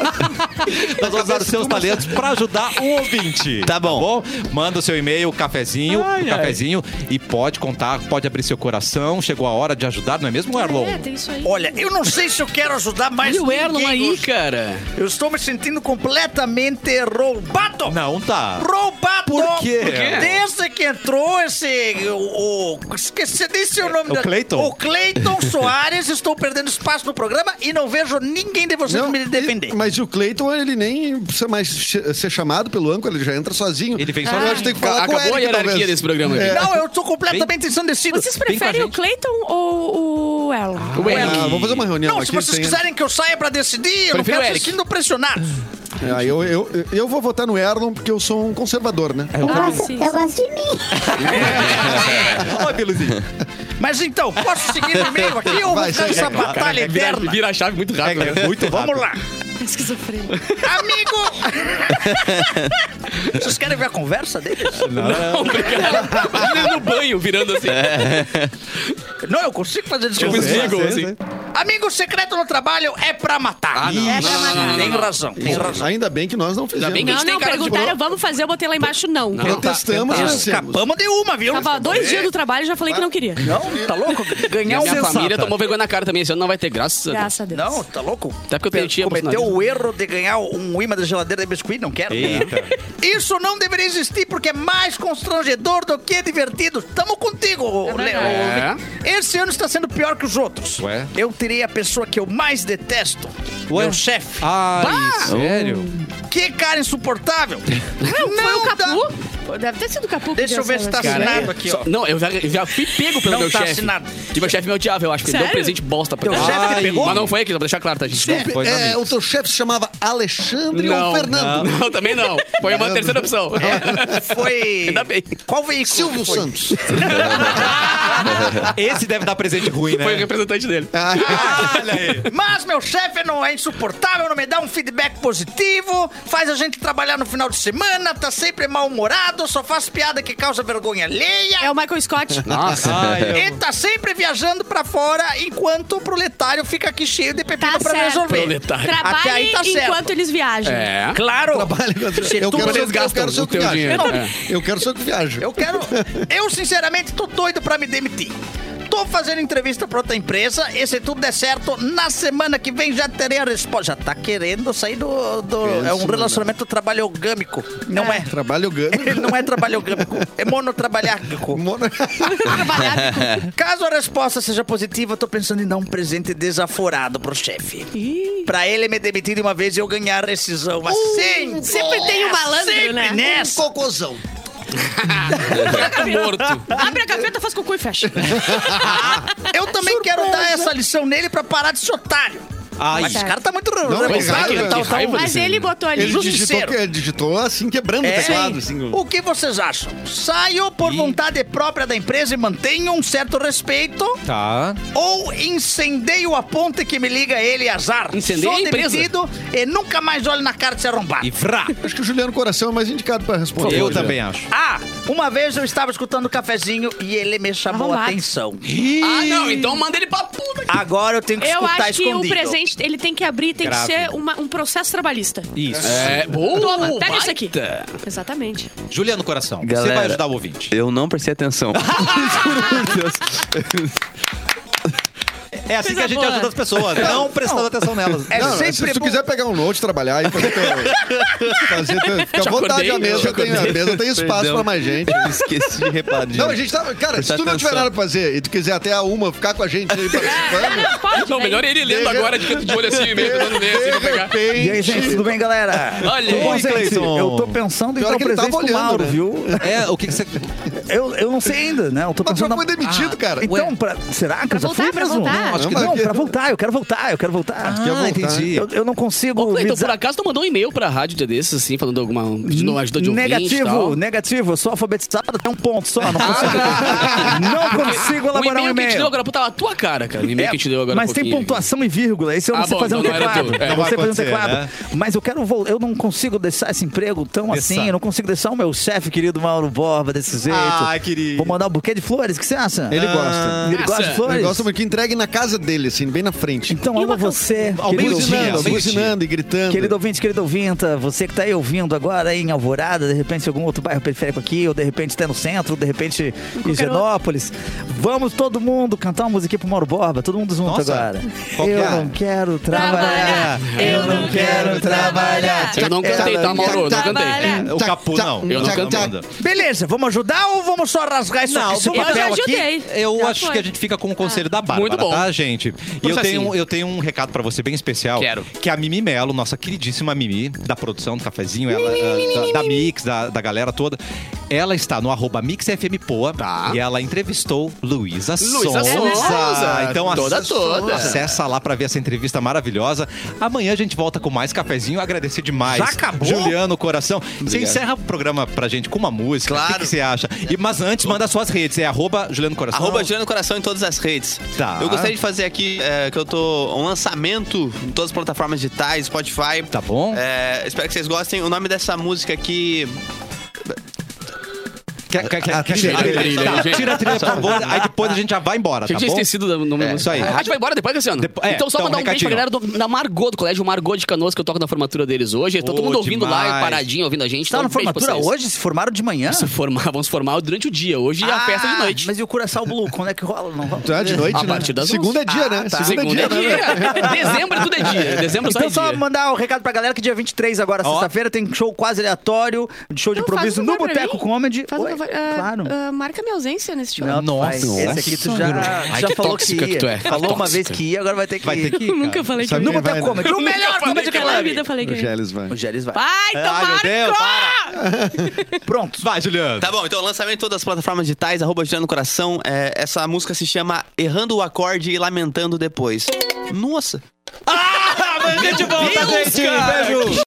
Nós vamos usar os seus talentos pra ajudar o ouvinte.
Tá bom.
bom? Manda o seu e-mail, cafezinho, cafezinho, e pode contar, pode abrir seu coração. Chegou a hora de ajudar, não é mesmo, Erlon?
É, tem isso aí.
Olha, eu não sei se eu quero ajudar mais
Olha o Erlon
ninguém
aí,
hoje.
cara.
Eu estou me sentindo completamente roubado.
Não tá.
Roubado!
Por quê? Por quê?
Desde que entrou esse. O, o- esqueci nem sei o nome
O
da-
Cleiton?
O Cleiton Soares, estou perdendo espaço no programa e não vejo ninguém de vocês me defender.
Mas o Cleiton, ele nem precisa mais ch- ser chamado pelo âncora, ele já entra sozinho.
Ele vem
Então
Ah.
sozinho.
Eu acho que tem que falar
Ah, Acabou
com o Eric,
a hierarquia
talvez.
desse programa aqui.
Não, eu estou completamente ensandecido.
Vocês
com a
preferem o
gente.
Clayton ou o Erlon?
O Eric.
Ah, vamos fazer uma reunião
Não,
aqui.
se vocês
sem-
quiserem que eu saia pra decidir, eu não
Prefiro
quero
o
ser
Eric.
sendo pressionado.
Ah, eu, eu, eu vou votar no Erlon porque eu sou um conservador, né?
Eu
Ah,
gosto,
sim.
eu gosto de mim.
Oi, Beluzinho.
Mas então, posso seguir o e-mail aqui ou vou
Vai,
ficar
segue,
nessa
é claro.
batalha
Vira,
eterna?
vira a chave muito rápido. né?
É muito rápido.
Vamos lá.
Esquizofrenia.
Amigo! Vocês querem ver a conversa deles?
Não, obrigado. Ele no banho, virando assim.
Não, eu consigo fazer
Eu
desculpa.
consigo, assim.
Amigo secreto no trabalho é pra matar.
É pra matar.
Tem razão, tem razão.
Ainda bem que nós não fizemos.
bem que
Não,
Tem
não,
cara de
perguntaram, vamos fazer, eu botei lá embaixo, não.
tá
Protestamos, mas fizemos.
Escapamos de uma, viu?
Tava há dois dias do trabalho e já falei que não queria.
Não, tá louco? Ganhar
Minha
um...
família tomou vergonha na cara também. Esse ano não vai ter, graças a Deus.
Graças a Deus.
Não, tá louco?
Até porque eu tenho tia
Cometeu
bolsonarista.
o erro de ganhar um imã da geladeira de biscuit, não quero.
Eita.
Isso não deveria existir porque é mais constrangedor do que divertido. Tamo
É
contigo, Léo.
verdade.
Esse ano está sendo pior que os outros.
Ué?
Eu terei a pessoa que eu mais detesto.
Ué?
Meu chefe.
Ai, sério?
Que cara insuportável. Não,
Foi o
dá-
Capu? Pô, Deve ter sido o Capu. que
Deixa
deu
eu ver
essa-
se tá
essa-
assinado aqui, ó.
Só- *laughs* Não, eu já, eu já fui pego pelo
Não
meu
tá
chefe.
assinado.
E meu chefe me odiava, eu acho que ele deu um
Sério?
presente bosta pra
Teu
ele.
chefe te
Ai.
pegou?
Mas não foi aqui, só pra deixar claro, tá, gente?
Não, pois não,
É,
amigo.
o teu chefe se chamava Alexandre
Não,
ou Fernando?
não, não, também não. Foi uma terceira opção.
Foi.
Ainda bem.
Qual veículo?
Silvio
que foi?
Santos.
Esse deve dar presente ruim, né?
Foi o representante dele.
Olha aí.
Mas meu chefe não é insuportável, não me dá um feedback positivo, faz a gente trabalhar no final de semana, tá sempre mal-humorado. idiota, só faz piada que causa vergonha alheia.
É o Michael Scott.
Nossa. Ai, eu-
Ele tá sempre viajando pra fora, enquanto o proletário fica aqui cheio de pepita
Tá
pra
certo.
resolver.
Proletário.
Até aí
Trabalhe
tá certo.
enquanto eles viajam.
É.
Claro. Se
Eu
tu-
quero, ser-
Vocês
eu
gastam
quero ser
o
o É que
teu
viaja.
dinheiro. né?
Eu quero ser o que viaja.
Eu quero. Eu, sinceramente, tô doido pra me demitir. Tô fazendo entrevista pra outra empresa e se tudo der certo, na semana que vem já terei a resposta. Já tá querendo sair do. do- é um relacionamento trabalhogâmico. Não é.
*laughs*
Trabalho ganho.
Ele não é *laughs* trabalhogâmico, é monotrabalhágico.
Mono-
Caso a resposta seja positiva, eu tô pensando em dar um presente desaforado pro chefe. Pra ele me demitir de uma vez e eu ganhar a rescisão. Mas sempre,
Uh, sempre tem um malandro,
sempre
né?
nessa.
Cocôzão.
Tá morto.
Abre a gaveta, faz cocô e fecha.
Eu também quero dar essa lição nele pra parar de ser otário.
Ai.
Mas esse cara tá muito
Pois é, que,
revoltado.
que
tá- tá-
raiva
Mas
desse-
ele botou ali.
Ele
é
digitou,
Justiceiro.
que- digitou assim, quebrando
É.
o teclado. Assim, o-
O que vocês acham? Saio por vontade própria da empresa e mantenho um certo respeito
Tá.
ou incendeio a ponte que me liga a ele e azar?
Incendeia
Sou
a empresa.
demitido e nunca mais olho na cara de ser arrombado.
E vrá.
Acho que o Juliano Coração é mais indicado pra
*laughs*
responder.
Eu
Juliano.
também acho.
Ah, uma vez eu estava escutando o cafezinho e ele me chamou a
Arrombado.
atenção.
Ah, não, então manda ele pra puta.
Agora eu tenho que
Eu
escutar
acho que
escondido.
o presente, ele tem que abrir, tem
Grave.
que ser uma- um processo trabalhista.
Isso.
É, boa.
Toma, pega isso aqui.
baita.
Exatamente.
Juliano Coração, você
Galera.
vai ajudar o ouvinte.
Eu não prestei atenção.
É assim
Coisa
que a gente
boa.
ajuda as pessoas, não prestando atenção nelas.
É
Não,
sempre
se tu
bom.
quiser pegar um note, trabalhar e fazer teu...
*laughs*
fazer teu fica à vontade,
acordei,
a mesa,
já
tem, a mesa tem espaço
Perdão.
pra mais gente.
Esqueci de reparar.
Não, a gente tá... Cara, se
Prestar
tu não tiver
atenção.
nada pra fazer e tu quiser até a uma ficar com a gente aí participando...
Não, pode,
Não,
velho.
melhor ele lendo
Deixa-
agora de canto de olho assim, *laughs* meio dando nele, assim, pra
De
pegar.
repente...
E aí, gente, tudo bem, galera?
Olha
Tudo bom,
aí,
gente?
Cleiton.
Eu tô pensando em
é. Pior
dar um
que ele
presente
tava
pro
olhando,
Mauro,
né?
viu?
É, o que, que você.
Eu, eu não sei ainda, né? Eu tô
Mas
pensando...
já foi demitido, cara.
Então, pra- será que
Pra
eu já
voltar,
fui
pra
mesmo?
voltar.
Não, acho que
Não,
não,
mas-
pra voltar, eu quero voltar, eu quero voltar.
Ah, entendi.
Eu, eu não consigo...
Ô,
me
Cleiton,
desa-
por acaso tu mandou um e-mail pra rádio dia desses, assim, falando alguma de não ajuda de ouvinte e
negativo, né?
tal?
negativo. Eu sou alfabetizado até um ponto só. Não consigo, *laughs*
Ah.
não consigo
O
elaborar um
e-mail que a gente deu
e-mail.
agora, tava a tua cara, cara. O e-mail
É,
que a gente deu agora
mas
há
tem
pouquinho.
pontuação e vírgula. Isso eu não
Ah,
sei
bom,
fazer um
então era
teclado.
tu. É.
Eu
Não vai
sei fazer um
acontecer,
teclado.
né?
Mas eu quero vol- Eu não consigo deixar esse emprego tão
Deixar.
assim. Eu não consigo deixar o meu chefe, querido Mauro Borba, desse jeito.
Ai, querido.
Vou mandar um buquê de flores. O que você acha?
Ele gosta.
Ele gosta
Acha?
de flores?
Ele gosta muito que entregue na casa dele, assim, bem na frente.
Então
E
amo
uma can-
você,
Ao
querido
meio-dia,
ouvinte.
ao
Buzinando,
meio-dia.
buzinando e gritando.
Querido ouvinte, querido ouvinta, você que tá aí ouvindo agora aí em Alvorada, de repente em algum outro bairro periférico aqui, ou de repente até no centro, ou de repente em Genópolis, vamos todo mundo cantar uma musiquinha pro Mauro Borba, todo mundo junto
Nossa,
agora.
qual que
eu
é?
não quero trabalhar, eu não quero trabalhar.
Eu não cantei, tá, Mauro? Eu não cantei.
Trabalha.
O Capu, não.
Eu não
Capu
cantei.
manda.
Beleza, vamos ajudar ou vamos só rasgar isso
Não,
aqui, esse
vamos
é
Eu já
um
papel aqui?
ajudei.
É, Eu
Já
acho
foi. Ah.
que a gente fica com o conselho da Bárbara,
Muito bom.
tá, gente? E eu
Vamos
tenho,
assim.
eu tenho um recado pra você bem especial.
Quero.
Que é a Mimi Melo, nossa queridíssima Mimi, da produção do cafezinho, ela, da- da, da Mix, da, da galera toda. Ela está no arroba MixFMPoa e ela entrevistou Luísa Sonza.
Tá. Luísa Sonza.
Então
Toda,
acessa,
toda.
acessa lá pra ver é essa entrevista maravilhosa. Amanhã a gente volta com mais cafezinho. Agradecer demais.
Já acabou?
Juliano, coração. Você encerra o programa pra gente com uma música. O que,
Claro.
que você acha? E, mas antes, manda suas redes. É arroba Juliano Coração.
Arroba Juliano Coração em todas as redes.
Tá.
Eu gostaria de fazer aqui é, que eu tô um lançamento em todas as plataformas digitais, Spotify.
Tá bom?
É, espero que vocês gostem. O nome dessa música aqui.
Quer, quer, quer, quer
tira a
tira,
trilha,
Tá,
gente.
tira a trilha, por favor. Aí depois a gente já vai embora,
Já
tá
tinha
bom?
esquecido do nome
É,
da
isso aí.
A gente vai embora depois, Cassiano?
Depo- é,
então, só
então,
mandar um beijo pra
recadinho.
galera do- da Margot, do Colégio Margot de Canoas, que eu toco na formatura deles hoje. Tá todo
Ô,
mundo ouvindo lá,
demais.
paradinho, ouvindo a gente.
Tá
Então,
na
um beijo pra
formatura
vocês.
hoje? Se formaram de manhã?
Se formar, vamos formar durante o dia. Hoje é a festa de noite.
Ah,
Ah,
Mas e o Curaçao Blue? Quando é que rola? Não rola?
Então é de noite,
A
né?
partir das
Segunda é dia, né? Segunda,
Segundo
é
é
dia, né?
dia. Dezembro tudo é dia. Dezembro só é
Então só
dia.
mandar o recado pra galera que dia 23 agora,
Ó.
sexta-feira, tem show quase aleatório, de show de
Não, faz
improviso
um
no
favor pra
Boteco
mim.
Comedy.
Faz um
Oi,
favor, ah,
claro.
ah, marca minha ausência nesse show.
Não, tu
Nossa,
vai. esse aqui tu já,
Ai,
já
que
falou que
tóxica
ia.
que tu é.
Falou uma
Tóxica.
vez que ia, agora vai ter que
Vai
ir.
ter que ir, cara.
*laughs* Nunca falei que
Sabe
No
é
quem
Boteco
vai, né?
*laughs*
Comedy, o melhor comedy que
eu na
ela
vida falei que
O Gélis vai.
O Gélis vai.
Ai, então
Ai, meu Deus,
marca!
Pronto.
Vai, Juliano.
Tá bom, então lançamento em todas as plataformas digitais, arroba Juliano Coração. É, essa música se chama Errando o Acorde e Lamentando Depois. Nossa!
Ah, *laughs* é Tá, mas a tá, gente volta, gente. Beijo.